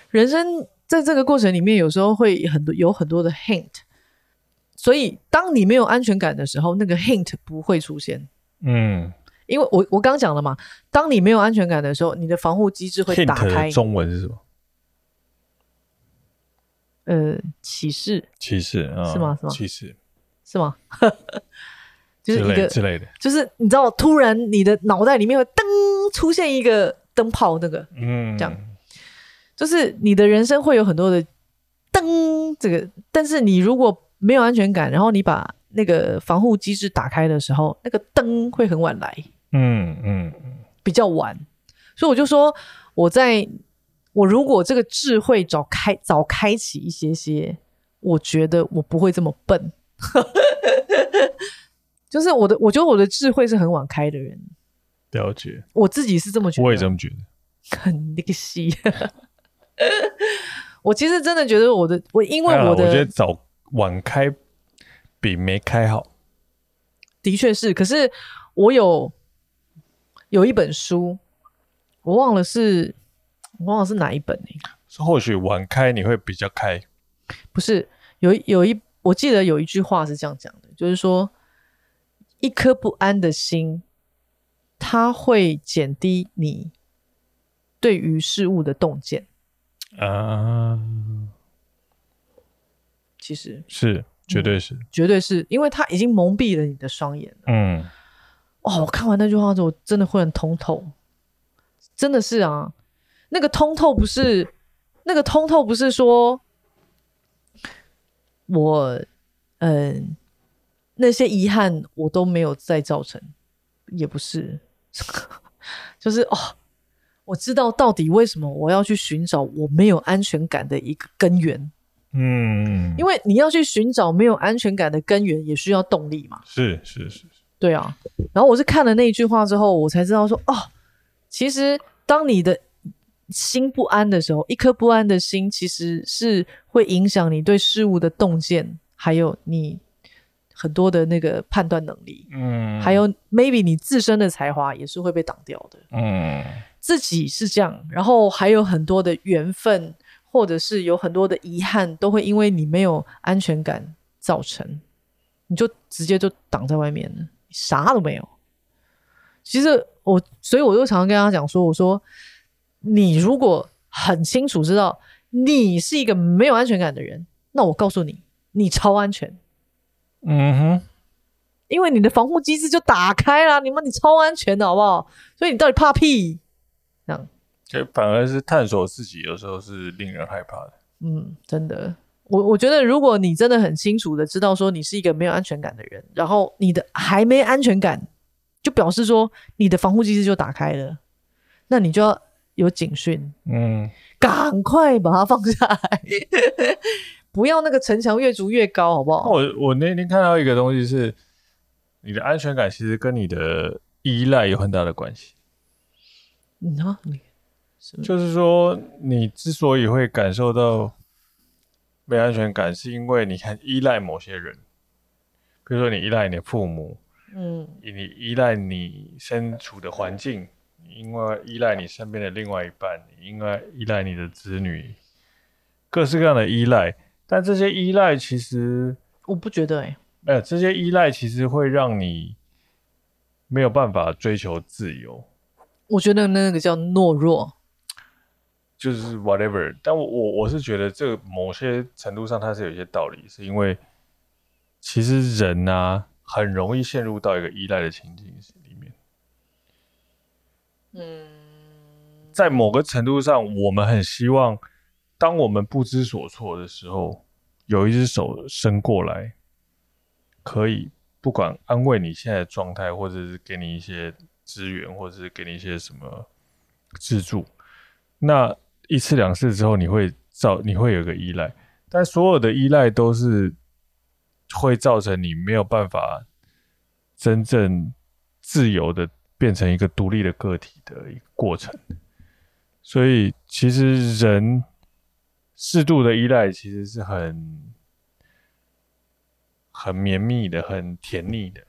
[SPEAKER 1] 人生在这个过程里面，有时候会很多有很多的 hint，所以当你没有安全感的时候，那个 hint 不会出现，
[SPEAKER 3] 嗯
[SPEAKER 1] 因为我我刚讲了嘛，当你没有安全感的时候，你的防护机制会打
[SPEAKER 3] ，hint
[SPEAKER 1] 开
[SPEAKER 3] 的，中文是什么？
[SPEAKER 1] 呃，启示
[SPEAKER 3] 歧视啊？
[SPEAKER 1] 是吗是吗
[SPEAKER 3] 歧视
[SPEAKER 1] 是吗？ 就是
[SPEAKER 3] 之
[SPEAKER 1] 一
[SPEAKER 3] 类
[SPEAKER 1] 个
[SPEAKER 3] 之类的。
[SPEAKER 1] 就是你知道，突然你的脑袋里面会噔出现一个灯泡，那个
[SPEAKER 3] 嗯，
[SPEAKER 1] 这样就是你的人生会有很多的噔这个，但是你如果没有安全感，然后你把那个防护机制打开的时候，那个灯会很晚来，
[SPEAKER 3] 嗯嗯
[SPEAKER 1] 比较晚，所以我就说我在我如果这个智慧早开早开启一些些，我觉得我不会这么笨。 就是我的，我觉得我的智慧是很晚开的人，
[SPEAKER 3] 了解。
[SPEAKER 1] 我自己是这么觉得。
[SPEAKER 3] 我也这么觉得。
[SPEAKER 1] 很那个戏。 我其实真的觉得我的我，因为
[SPEAKER 3] 还好啦
[SPEAKER 1] 我
[SPEAKER 3] 我觉
[SPEAKER 1] 的
[SPEAKER 3] 得早晚开比没开好。
[SPEAKER 1] 的确是，可是我有有一本书，我忘了是，我忘了是哪一本、欸、
[SPEAKER 3] 或许晚开你会比较开，
[SPEAKER 1] 不是有一有一，我记得有一句话是这样讲的，就是说，一颗不安的心，它会减低你对于事物的洞见。
[SPEAKER 3] 啊，
[SPEAKER 1] 其实
[SPEAKER 3] 是，绝对是，
[SPEAKER 1] 绝对是因为它已经蒙蔽了你的双眼。
[SPEAKER 3] 嗯，
[SPEAKER 1] 哦，我看完那句话之后，我真的会很通透，真的是啊，那个通透不是那个通透不是说我嗯那些遗憾我都没有再造成，也不是， 就是哦，我知道到底为什么我要去寻找我没有安全感的一个根源，
[SPEAKER 3] 嗯，
[SPEAKER 1] 因为你要去寻找没有安全感的根源，也需要动力嘛。
[SPEAKER 3] 是是是，
[SPEAKER 1] 对啊，然后我是看了那一句话之后，我才知道说，哦，其实当你的心不安的时候，一颗不安的心其实是会影响你对事物的洞见，还有你很多的那个判断能力，
[SPEAKER 3] 嗯，
[SPEAKER 1] 还，有 maybe 你自身的才华也是会被挡掉的。
[SPEAKER 3] 嗯
[SPEAKER 1] 自己是这样，然后还有很多的缘分，或者是有很多的遗憾，都会因为你没有安全感造成，你就直接就挡在外面了，啥都没有。其实我，所以我就常常跟他讲说，我说你如果很清楚知道你是一个没有安全感的人，那我告诉你，你超安全，
[SPEAKER 3] 嗯哼，
[SPEAKER 1] 因为你的防护机制就打开了，你妈你超安全的好不好？所以你到底怕屁？
[SPEAKER 3] 这反而是探索自己，有时候是令人害怕的。
[SPEAKER 1] 嗯，真的，我我觉得，如果你真的很清楚的知道说你是一个没有安全感的人，然后你的还没安全感，就表示说你的防护机制就打开了，那你就要有警讯，
[SPEAKER 3] 嗯
[SPEAKER 1] 赶快把它放下来， 不要那个城墙越筑越高，好不，好？
[SPEAKER 3] 我我那天看到一个东西是，你的安全感其实跟你的依赖有很大的关系。
[SPEAKER 1] 嗯啊，你是不是
[SPEAKER 3] 就是说，你之所以会感受到没安全感，是因为你很依赖某些人，比如说你依赖你的父母，
[SPEAKER 1] 嗯
[SPEAKER 3] 你依赖你身处的环境，你因为依赖你身边的另外一半，你因为依赖你的子女，各式各样的依赖。但这些依赖其实
[SPEAKER 1] 我不觉得哎、
[SPEAKER 3] 没有，这些依赖其实会让你没有办法追求自由，
[SPEAKER 1] 我觉得那个叫懦弱，
[SPEAKER 3] 就是 whatever。但我我我是觉得这个某些程度上它是有一些道理，是因为其实人啊很容易陷入到一个依赖的情境里面。
[SPEAKER 1] 嗯，
[SPEAKER 3] 在某个程度上，我们很希望，当我们不知所措的时候，有一只手伸过来，可以不管安慰你现在的状态，或者是给你一些资源，或者是给你一些什么资助。那一次两次之后，你会造，你会有一个依赖，但所有的依赖都是会造成你没有办法真正自由的变成一个独立的个体的一个过程。所以其实人适度的依赖其实是很很绵密的、很甜腻的，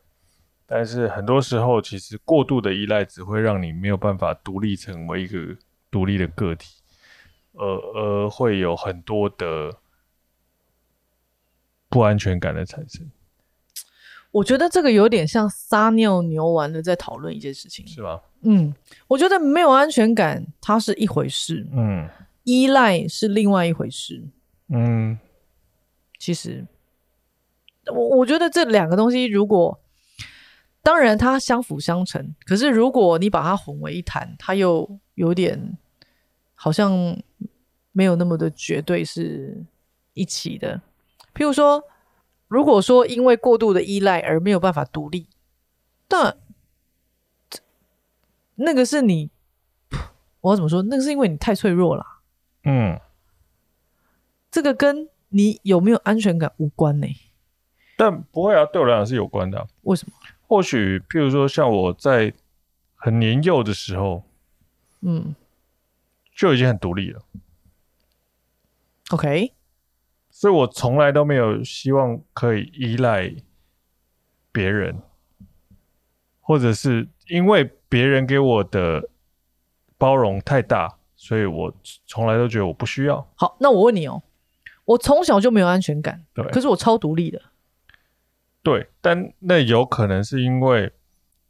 [SPEAKER 3] 但是很多时候其实过度的依赖只会让你没有办法独立成为一个独立的个体，而而会有很多的不安全感的产生，
[SPEAKER 1] 我觉得这个有点像撒尿牛丸的在讨论一件事情。
[SPEAKER 3] 是吗？
[SPEAKER 1] 嗯，我觉得没有安全感，它是一回事，
[SPEAKER 3] 嗯
[SPEAKER 1] 依赖是另外一回事。
[SPEAKER 3] 嗯
[SPEAKER 1] 其实，我我觉得这两个东西，如果当然它相辅相成，可是如果你把它混为一谈，它又有点好像没有那么的绝对是一起的。譬如说，如果说因为过度的依赖而没有办法独立，那这那个是你，我要怎么说？那个是因为你太脆弱了。
[SPEAKER 3] 嗯，
[SPEAKER 1] 这个跟你有没有安全感无关呢、
[SPEAKER 3] 但不会啊，对我来讲是有关的啊、
[SPEAKER 1] 为什么？
[SPEAKER 3] 或许，譬如说，像我在很年幼的时候
[SPEAKER 1] 嗯
[SPEAKER 3] 就已经很独立了，
[SPEAKER 1] ，OK，
[SPEAKER 3] 所以我从来都没有希望可以依赖别人，或者是因为别人给我的包容太大，所以我从来都觉得我不需要。
[SPEAKER 1] 好，那我问你哦，我从小就没有安全感，
[SPEAKER 3] 对
[SPEAKER 1] 可是我超独立的，
[SPEAKER 3] 对，但那有可能是因为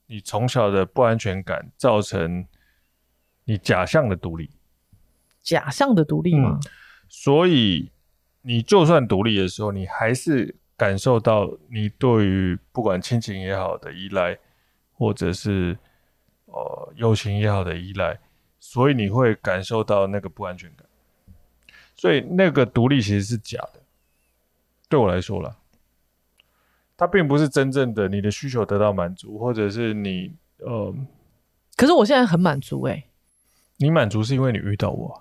[SPEAKER 3] 你从小的不安全感造成你假象的独立，
[SPEAKER 1] 假象的独立嘛。
[SPEAKER 3] 嗯所以你就算独立的时候，你还是感受到你对于不管亲情也好的依赖，或者是呃友情也好的依赖，所以你会感受到那个不安全感。所以那个独立其实是假的，对我来说啦，它并不是真正的你的需求得到满足，或者是你呃
[SPEAKER 1] 可是我现在很满足哎、
[SPEAKER 3] 你满足是因为你遇到我啊，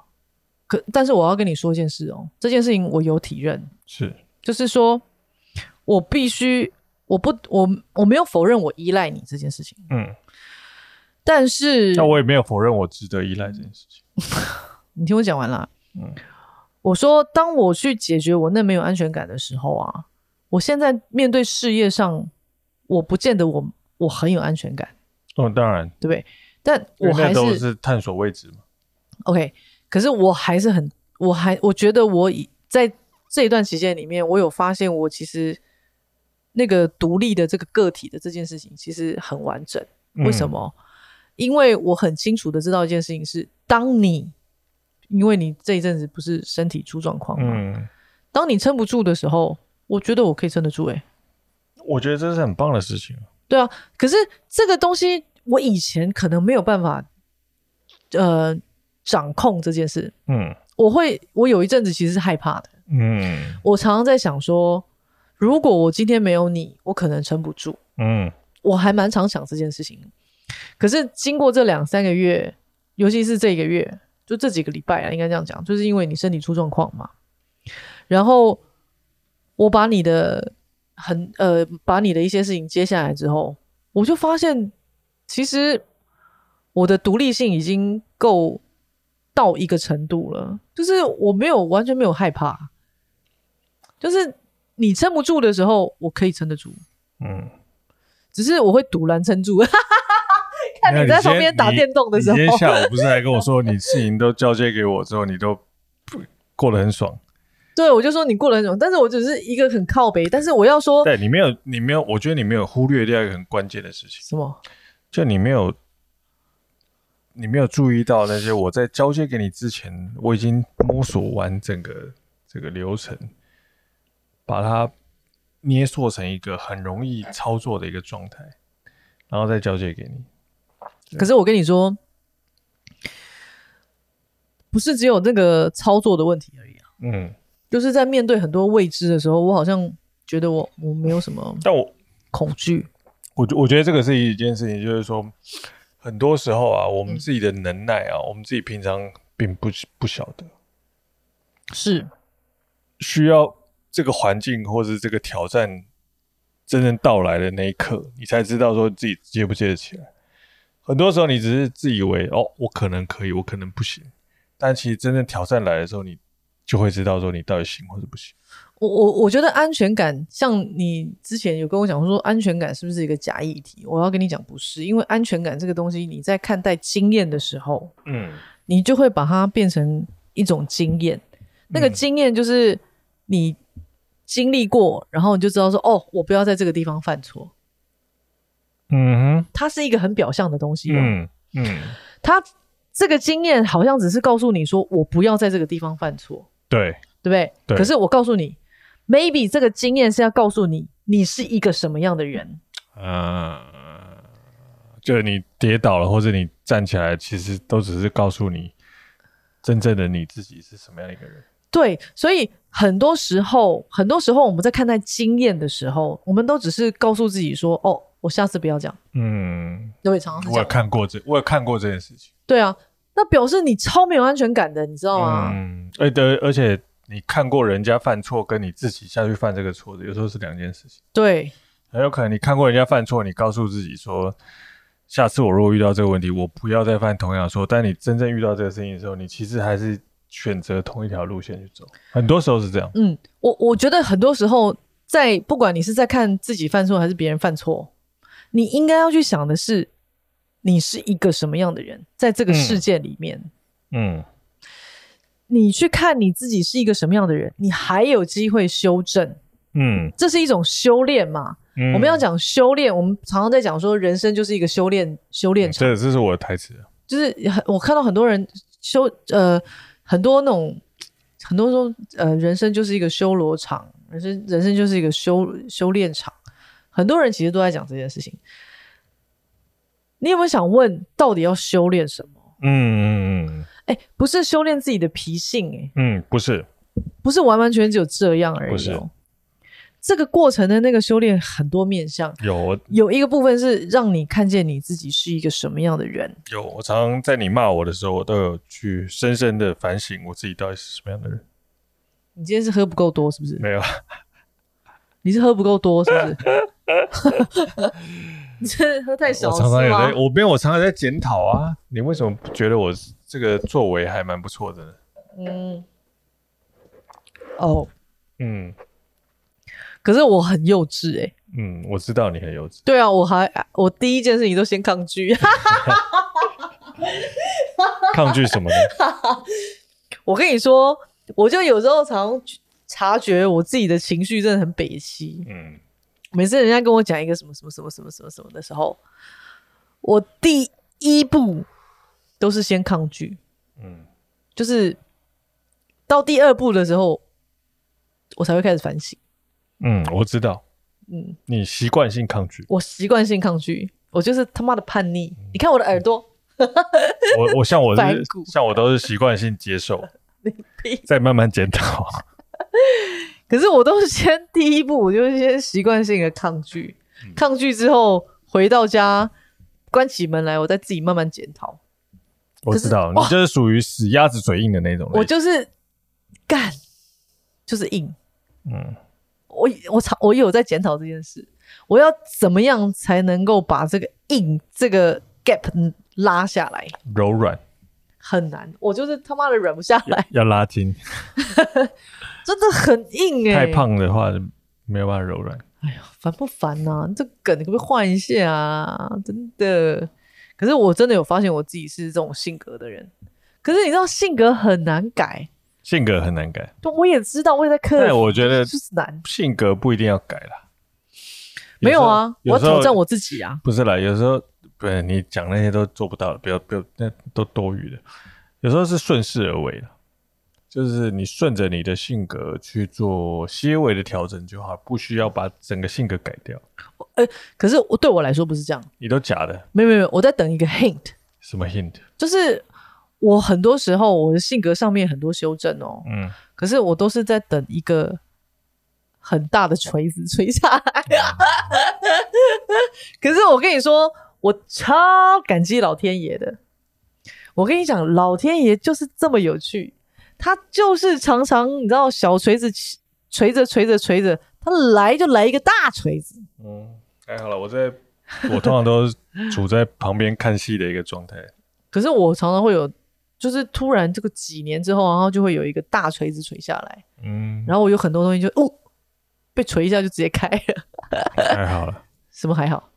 [SPEAKER 1] 可但是我要跟你说一件事哦，这件事情我有体认，
[SPEAKER 3] 是
[SPEAKER 1] 就是说我必须，我不，我我没有否认我依赖你这件事情，
[SPEAKER 3] 嗯，
[SPEAKER 1] 但是
[SPEAKER 3] 那我也没有否认我值得依赖这件事情，
[SPEAKER 1] 你听我讲完啦。
[SPEAKER 3] 嗯
[SPEAKER 1] 我说，当我去解决我那没有安全感的时候啊，我现在面对事业上，我不见得我我很有安全感，
[SPEAKER 3] 嗯，当然。
[SPEAKER 1] 对不对？但我
[SPEAKER 3] 因为那
[SPEAKER 1] 还
[SPEAKER 3] 都
[SPEAKER 1] 是
[SPEAKER 3] 是探索位置嘛。
[SPEAKER 1] OK，可是我还是很，我还我觉得我以在这一段期间里面，我有发现我其实那个独立的这个个体的这件事情其实很完整。为什
[SPEAKER 3] 嗯？
[SPEAKER 1] 么？因为我很清楚的知道一件事情是，当你因为你这一阵子不是身体出状况嘛，
[SPEAKER 3] 嗯，
[SPEAKER 1] 当你撑不住的时候，我觉得我可以撑得住、欸。
[SPEAKER 3] 我觉得这是很棒的事情。
[SPEAKER 1] 对啊，可是这个东西我以前可能没有办法，呃，掌控这件事。
[SPEAKER 3] 嗯
[SPEAKER 1] 我会，我有一阵子其实是害怕的。
[SPEAKER 3] 嗯
[SPEAKER 1] 我常常在想说，如果我今天没有你，我可能撑不住。
[SPEAKER 3] 嗯
[SPEAKER 1] 我还蛮常想这件事情。可是经过这两三个月，尤其是这个月，就这几个礼拜啊，应该这样讲，就是因为你身体出状况嘛。然后我把你的很呃，把你的一些事情接下来之后，我就发现，其实我的独立性已经够到一个程度了，就是我没有完全没有害怕，就是你撑不住的时候，我可以撑得住。
[SPEAKER 3] 嗯。
[SPEAKER 1] 只是我会堵拦撑住。 看
[SPEAKER 3] 没有
[SPEAKER 1] 你在旁边打
[SPEAKER 3] 你
[SPEAKER 1] 电动的时候
[SPEAKER 3] 你，今天下午不是还跟我说，你事情都交接给我之后，你都不过得很爽。
[SPEAKER 1] 对我就说你过了那种，但是我只是一个很靠北，但是我要说
[SPEAKER 3] 对你没有，你没有，我觉得你没有忽略掉一个很关键的事情，
[SPEAKER 1] 什么？
[SPEAKER 3] 就你没有，你没有注意到那些我在交接给你之前，我已经摸索完整个这个流程，把它捏塑成一个很容易操作的一个状态，然后再交接给你。
[SPEAKER 1] 可是我跟你说，不是只有那个操作的问题而已啊，
[SPEAKER 3] 嗯，
[SPEAKER 1] 就是在面对很多未知的时候，我好像觉得我我没有什么
[SPEAKER 3] 但我
[SPEAKER 1] 恐惧。
[SPEAKER 3] 我觉我觉得这个是一件事情，就是说，很多时候啊，我们自己的能耐啊，我们自己平常并不不晓得，
[SPEAKER 1] 是，
[SPEAKER 3] 需要这个环境或是这个挑战真正到来的那一刻，你才知道说自己接不接得起来。很多时候你只是自以为哦，我可能可以，我可能不行，但其实真正挑战来的时候，你就会知道说你到底行或者不行。
[SPEAKER 1] 我我我觉得安全感，像你之前有跟我讲说，安全感是不是一个假议题？我要跟你讲，不是，因为安全感这个东西，你在看待经验的时候，
[SPEAKER 3] 嗯
[SPEAKER 1] 你就会把它变成一种经验。那个经验就是你经历过，然后你就知道说，哦，我不要在这个地方犯错。
[SPEAKER 3] 嗯哼，
[SPEAKER 1] 它是一个很表象的东西、哦，
[SPEAKER 3] 嗯嗯，
[SPEAKER 1] 它这个经验好像只是告诉你说，我不要在这个地方犯错，
[SPEAKER 3] 对，
[SPEAKER 1] 对不对？
[SPEAKER 3] 对
[SPEAKER 1] 可是我告诉你，maybe 这个经验是要告诉你，你是一个什么样的人。
[SPEAKER 3] 呃，就是你跌倒了或者你站起来，其实都只是告诉你真正的你自己是什么样的一个人。
[SPEAKER 1] 对，所以很多时候，很多时候我们在看待经验的时候，我们都只是告诉自己说，哦，我下次不要这样。
[SPEAKER 3] 嗯，
[SPEAKER 1] 对不对？常常是这
[SPEAKER 3] 我
[SPEAKER 1] 样
[SPEAKER 3] 有。看过这，我有看过这件事情。
[SPEAKER 1] 对啊，那表示你超没有安全感的，你知道吗？
[SPEAKER 3] 嗯，而的而且你看过人家犯错，跟你自己下去犯这个错的，有时候是两件事情。
[SPEAKER 1] 对
[SPEAKER 3] 很有可能你看过人家犯错，你告诉自己说，下次我如果遇到这个问题，我不要再犯同样的错。但你真正遇到这个事情的时候，你其实还是选择同一条路线去走。很多时候是这样。
[SPEAKER 1] 嗯，我我觉得很多时候在不管你是在看自己犯错还是别人犯错，你应该要去想的是你是一个什么样的人，在这个
[SPEAKER 3] 嗯
[SPEAKER 1] 事件里面，
[SPEAKER 3] 嗯
[SPEAKER 1] 你去看你自己是一个什么样的人，你还有机会修正，
[SPEAKER 3] 嗯，
[SPEAKER 1] 这是一种修炼嘛。
[SPEAKER 3] 嗯
[SPEAKER 1] 我们要讲修炼，我们常常在讲说，人生就是一个修炼修炼场，
[SPEAKER 3] 这这是我的台词，
[SPEAKER 1] 就是很我看到很多人修呃很多那种很多说呃人生就是一个修罗场，人生人生就是一个修修炼场，很多人其实都在讲这件事情。你有没有想问，到底要修炼什么？
[SPEAKER 3] 嗯嗯
[SPEAKER 1] 哎，不是修炼自己的脾性、哎，
[SPEAKER 3] 嗯嗯，不是，
[SPEAKER 1] 不是完完全全只有这样而
[SPEAKER 3] 不
[SPEAKER 1] 已、
[SPEAKER 3] 是
[SPEAKER 1] 哦。这个过程的那个修炼很多面向，
[SPEAKER 3] 有
[SPEAKER 1] 有一个部分是让你看见你自己是一个什么样的人。
[SPEAKER 3] 有，我常常在你骂我的时候，我都有去深深的反省我自己到底是什么样的人。
[SPEAKER 1] 你今天是喝不够多，是不是？
[SPEAKER 3] 没有，啊
[SPEAKER 1] 你是喝不够多，是不是？ 你这喝太少
[SPEAKER 3] 我常常
[SPEAKER 1] 是
[SPEAKER 3] 有在，
[SPEAKER 1] 吗？
[SPEAKER 3] 我没有，我常常在检讨啊。你为什么觉得我这个作为还蛮不错的呢？
[SPEAKER 1] 嗯。哦，
[SPEAKER 3] 嗯
[SPEAKER 1] 可是我很幼稚哎、
[SPEAKER 3] 嗯，我知道你很幼稚。
[SPEAKER 1] 对啊，我还我第一件事情都先抗拒。
[SPEAKER 3] 抗拒什么 呢？
[SPEAKER 1] 我跟你说，我就有时候常察觉我自己的情绪真的很北西。
[SPEAKER 3] 嗯
[SPEAKER 1] 每次人家跟我讲一个什么什么什么什么什么什么的时候，我第一步都是先抗拒，
[SPEAKER 3] 嗯
[SPEAKER 1] 就是到第二步的时候，我才会开始反省。
[SPEAKER 3] 嗯，我知道
[SPEAKER 1] 嗯，
[SPEAKER 3] 你习惯性抗拒。
[SPEAKER 1] 我习惯性抗拒，我就是他妈的叛逆。
[SPEAKER 3] 嗯
[SPEAKER 1] 你看我的耳朵，
[SPEAKER 3] 我我像 我
[SPEAKER 1] 反
[SPEAKER 3] 是
[SPEAKER 1] 骨
[SPEAKER 3] 像我都是习惯性接受，
[SPEAKER 1] 你屁！
[SPEAKER 3] 再慢慢检讨。
[SPEAKER 1] 可是我都是先第一步，我就是先习惯性的抗拒，
[SPEAKER 3] 嗯
[SPEAKER 1] 抗拒之后回到家，关起门来，我再自己慢慢检讨。
[SPEAKER 3] 我知道你就是属于死鸭子嘴硬的那种类型。
[SPEAKER 1] 我就是干，就是硬。
[SPEAKER 3] 嗯
[SPEAKER 1] 我我常我有在检讨这件事，我要怎么样才能够把这个硬这个 gap 拉下来？
[SPEAKER 3] 柔软
[SPEAKER 1] 很难，我就是他妈的忍不下来，
[SPEAKER 3] 要拉筋，
[SPEAKER 1] 真的很硬哎、
[SPEAKER 3] 太，胖的话没有办法柔软。
[SPEAKER 1] 哎呀，烦不烦呐、这梗你可不可以换一下啊？真的，可是我真的有发现我自己是这种性格的人，可是你知道性格很难改，
[SPEAKER 3] 性格很难改，
[SPEAKER 1] 对，我也知道，我也在克
[SPEAKER 3] 但
[SPEAKER 1] 服，
[SPEAKER 3] 我觉得
[SPEAKER 1] 就是难，
[SPEAKER 3] 性格不一定要改啦。
[SPEAKER 1] 没有啊，
[SPEAKER 3] 有
[SPEAKER 1] 我要
[SPEAKER 3] 时候
[SPEAKER 1] 挑战我自己啊，
[SPEAKER 3] 不是啦，有时候不是你讲那些都做不到的，不要不要，那都多余的。有时候是顺势而为的，就是你顺着你的性格去做些微的调整就好，不需要把整个性格改掉。
[SPEAKER 1] 可是我对我来说不是这样，
[SPEAKER 3] 你都假的，
[SPEAKER 1] 没有没有没有，我在等一个 hint。
[SPEAKER 3] 什么 hint？
[SPEAKER 1] 就是我很多时候我的性格上面很多修正哦，
[SPEAKER 3] 嗯，
[SPEAKER 1] 可是我都是在等一个很大的锤子锤下来。可是我跟你说，我超感激老天爷的。我跟你讲，老天爷就是这么有趣，他就是常常你知道，小锤子起锤着锤着锤着，他来就来一个大锤子。
[SPEAKER 3] 嗯，还好了，我在，我通常都是处在旁边看戏的一个状态。
[SPEAKER 1] 可是我常常会有，就是突然这个几年之后，然后就会有一个大锤子锤下来。
[SPEAKER 3] 嗯，
[SPEAKER 1] 然后我有很多东西就哦，被锤一下就直接开了，
[SPEAKER 3] 还好了，
[SPEAKER 1] 什么还好？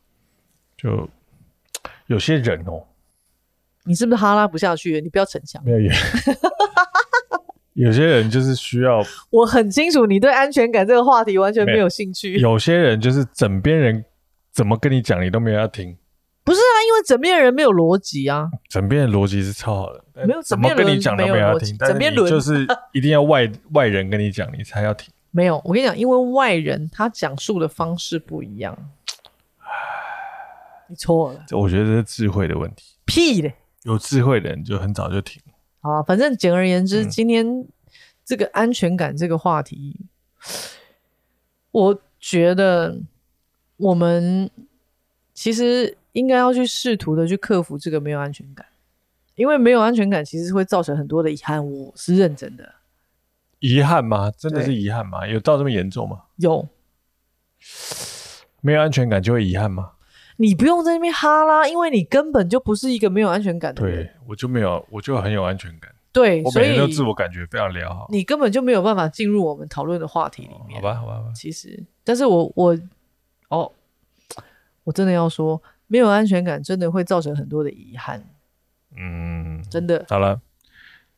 [SPEAKER 3] 就有些人哦，
[SPEAKER 1] 你是不是哈拉不下去？你不要逞强。
[SPEAKER 3] 没 有有，有些人就是需要，
[SPEAKER 1] 我很清楚你对安全感这个话题完全没有兴趣。
[SPEAKER 3] 有些人就是枕边人怎么跟你讲，你都没有要听。
[SPEAKER 1] 不是啊，因为枕边人没有逻辑啊。
[SPEAKER 3] 枕边人逻辑是超好的，但
[SPEAKER 1] 没有
[SPEAKER 3] 怎么跟你讲都没有要听，但
[SPEAKER 1] 枕
[SPEAKER 3] 是
[SPEAKER 1] 边
[SPEAKER 3] 你
[SPEAKER 1] 人没有逻辑
[SPEAKER 3] 就是一定要外 外人跟你讲，你才要听。
[SPEAKER 1] 没有，我跟你讲，因为外人他讲述的方式不一样。你错了，
[SPEAKER 3] 这我觉得这是智慧的问题，
[SPEAKER 1] 屁嘞！
[SPEAKER 3] 有智慧的人就很早就听。
[SPEAKER 1] 好啊，反正简而言之，
[SPEAKER 3] 嗯
[SPEAKER 1] 今天这个安全感这个话题，我觉得我们其实应该要去试图的去克服这个没有安全感，因为没有安全感其实会造成很多的遗憾。我是认真的，
[SPEAKER 3] 遗憾吗？真的
[SPEAKER 1] 对
[SPEAKER 3] 是遗憾吗？有到这么严重吗？
[SPEAKER 1] 有
[SPEAKER 3] 没有安全感就会遗憾吗？
[SPEAKER 1] 你不用在那边哈啦，因为你根本就不是一个没有安全感的人
[SPEAKER 3] 对，我就没有，我就很有安全感，
[SPEAKER 1] 对，
[SPEAKER 3] 我
[SPEAKER 1] 所
[SPEAKER 3] 每天
[SPEAKER 1] 以
[SPEAKER 3] 都自我感觉非常良好。
[SPEAKER 1] 你根本就没有办法进入我们讨论的话题里面
[SPEAKER 3] 好。吧，好吧，好吧，
[SPEAKER 1] 其实，但是我我哦，我真的要说，没有安全感真的会造成很多的遗憾，
[SPEAKER 3] 嗯，
[SPEAKER 1] 真的。
[SPEAKER 3] 好了，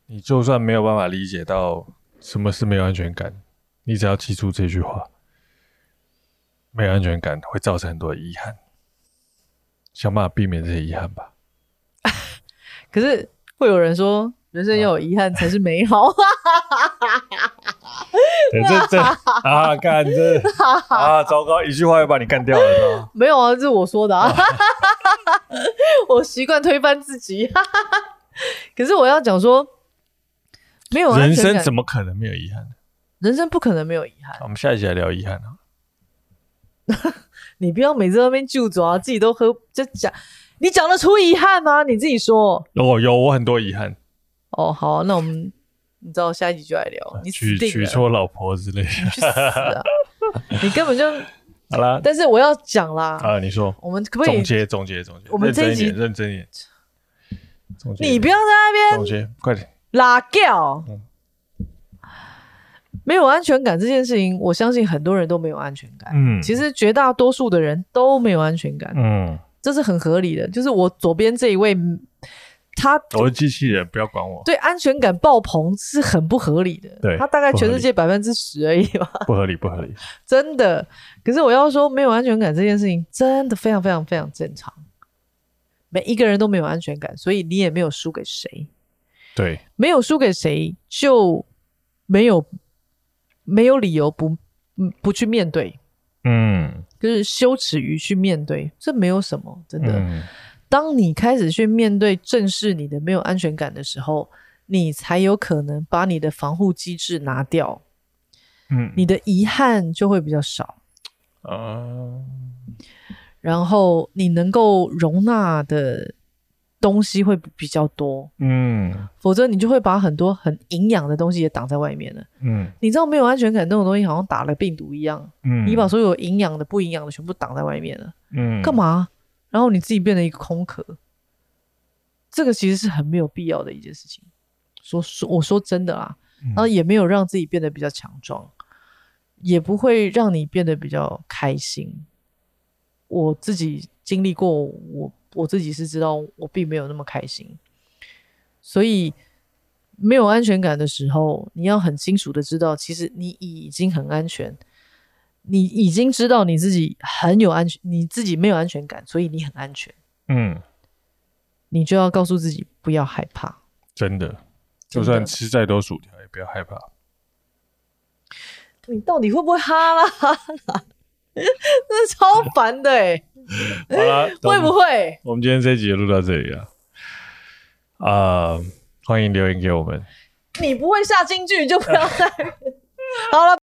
[SPEAKER 3] 你就算没有办法理解到什么是没有安全感，你只要记住这句话：没有安全感会造成很多遗憾，想办法避免这些遗憾吧。
[SPEAKER 1] 可是会有人说，人生要有遗憾才是美好。
[SPEAKER 3] 对，这这啊，干这 啊，糟糕，一句话又把你干掉了，知道吗？
[SPEAKER 1] 没有啊，这是我说的啊， 我习惯推翻自己。 可是我要讲说，没有安
[SPEAKER 3] 人
[SPEAKER 1] 全感
[SPEAKER 3] 生怎么可能没有遗憾呢？
[SPEAKER 1] 人生不可能没有遗憾。
[SPEAKER 3] 我们下一集来聊遗憾啊。
[SPEAKER 1] 你不要每次在那边就抓，自己都喝就讲，你讲得出遗憾吗？你自己说。
[SPEAKER 3] 哦，有我很多遗憾，
[SPEAKER 1] 哦，好啊、那我们你知道下一集就来聊，你死
[SPEAKER 3] 娶
[SPEAKER 1] 定
[SPEAKER 3] 娶
[SPEAKER 1] 了，
[SPEAKER 3] 错老婆之类的。
[SPEAKER 1] 去死啊！你根本就，
[SPEAKER 3] 好啦，
[SPEAKER 1] 但是我要讲啦，
[SPEAKER 3] 啊，你说
[SPEAKER 1] 我们可不可以
[SPEAKER 3] 总？结总结总结，
[SPEAKER 1] 我们这一集
[SPEAKER 3] 认真一点，认真一点。总结
[SPEAKER 1] 你不要在那边
[SPEAKER 3] 总结，快点。
[SPEAKER 1] 拉掉
[SPEAKER 3] 嗯。
[SPEAKER 1] 没有安全感这件事情，我相信很多人都没有安全感。
[SPEAKER 3] 嗯
[SPEAKER 1] 其实绝大多数的人都没有安全感，
[SPEAKER 3] 嗯，
[SPEAKER 1] 这是很合理的。就是我左边这一位，嗯他
[SPEAKER 3] 我是机器人，不要管我，
[SPEAKER 1] 对安全感爆棚是很不合理的。
[SPEAKER 3] 对
[SPEAKER 1] 他大概全世界百分之十而已哦吧，
[SPEAKER 3] 不合理不合理。
[SPEAKER 1] 真的。可是我要说，没有安全感这件事情真的非常非常非常正常，每一个人都没有安全感，所以你也没有输给谁。
[SPEAKER 3] 对，
[SPEAKER 1] 没有输给谁，就没有没有理由不嗯不去面对，
[SPEAKER 3] 嗯
[SPEAKER 1] 就是羞耻于去面对，这没有什么真的。
[SPEAKER 3] 嗯，
[SPEAKER 1] 当你开始去面对、正视你的没有安全感的时候，你才有可能把你的防护机制拿掉，
[SPEAKER 3] 嗯
[SPEAKER 1] 你的遗憾就会比较少，
[SPEAKER 3] 啊，
[SPEAKER 1] 然后你能够容纳的东西会比较多，
[SPEAKER 3] 嗯
[SPEAKER 1] 否则你就会把很多很营养的东西也挡在外面了。
[SPEAKER 3] 嗯
[SPEAKER 1] 你知道没有安全感这种东西，好像打了病毒一样，
[SPEAKER 3] 嗯，
[SPEAKER 1] 你把所有营养的、不营养的全部挡在外面了，
[SPEAKER 3] 嗯
[SPEAKER 1] 干？嘛？然后你自己变成一个空壳，这个其实是很没有必要的一件事情。说说，我说真的啊啦，
[SPEAKER 3] 嗯
[SPEAKER 1] 然后也没有让自己变得比较强壮，也不会让你变得比较开心。我自己经历过，我我自己是知道，我并没有那么开心，所以没有安全感的时候，你要很清楚的知道，其实你已经很安全，你已经知道你自己很有安全，你自己没有安全感，所以你很安全，
[SPEAKER 3] 嗯，
[SPEAKER 1] 你就要告诉自己不要害怕。
[SPEAKER 3] 真的，
[SPEAKER 1] 真
[SPEAKER 3] 就
[SPEAKER 1] 的
[SPEAKER 3] 算吃再多薯条，也不要 害怕。
[SPEAKER 1] 你到底会不会哈啦 哈啦？真的超烦的哎、
[SPEAKER 3] 好啦，
[SPEAKER 1] 会不会？
[SPEAKER 3] 我们今天这一集就录到这里了。啊、欢迎留言给我们。
[SPEAKER 1] 你不会下京剧就不要再。好了，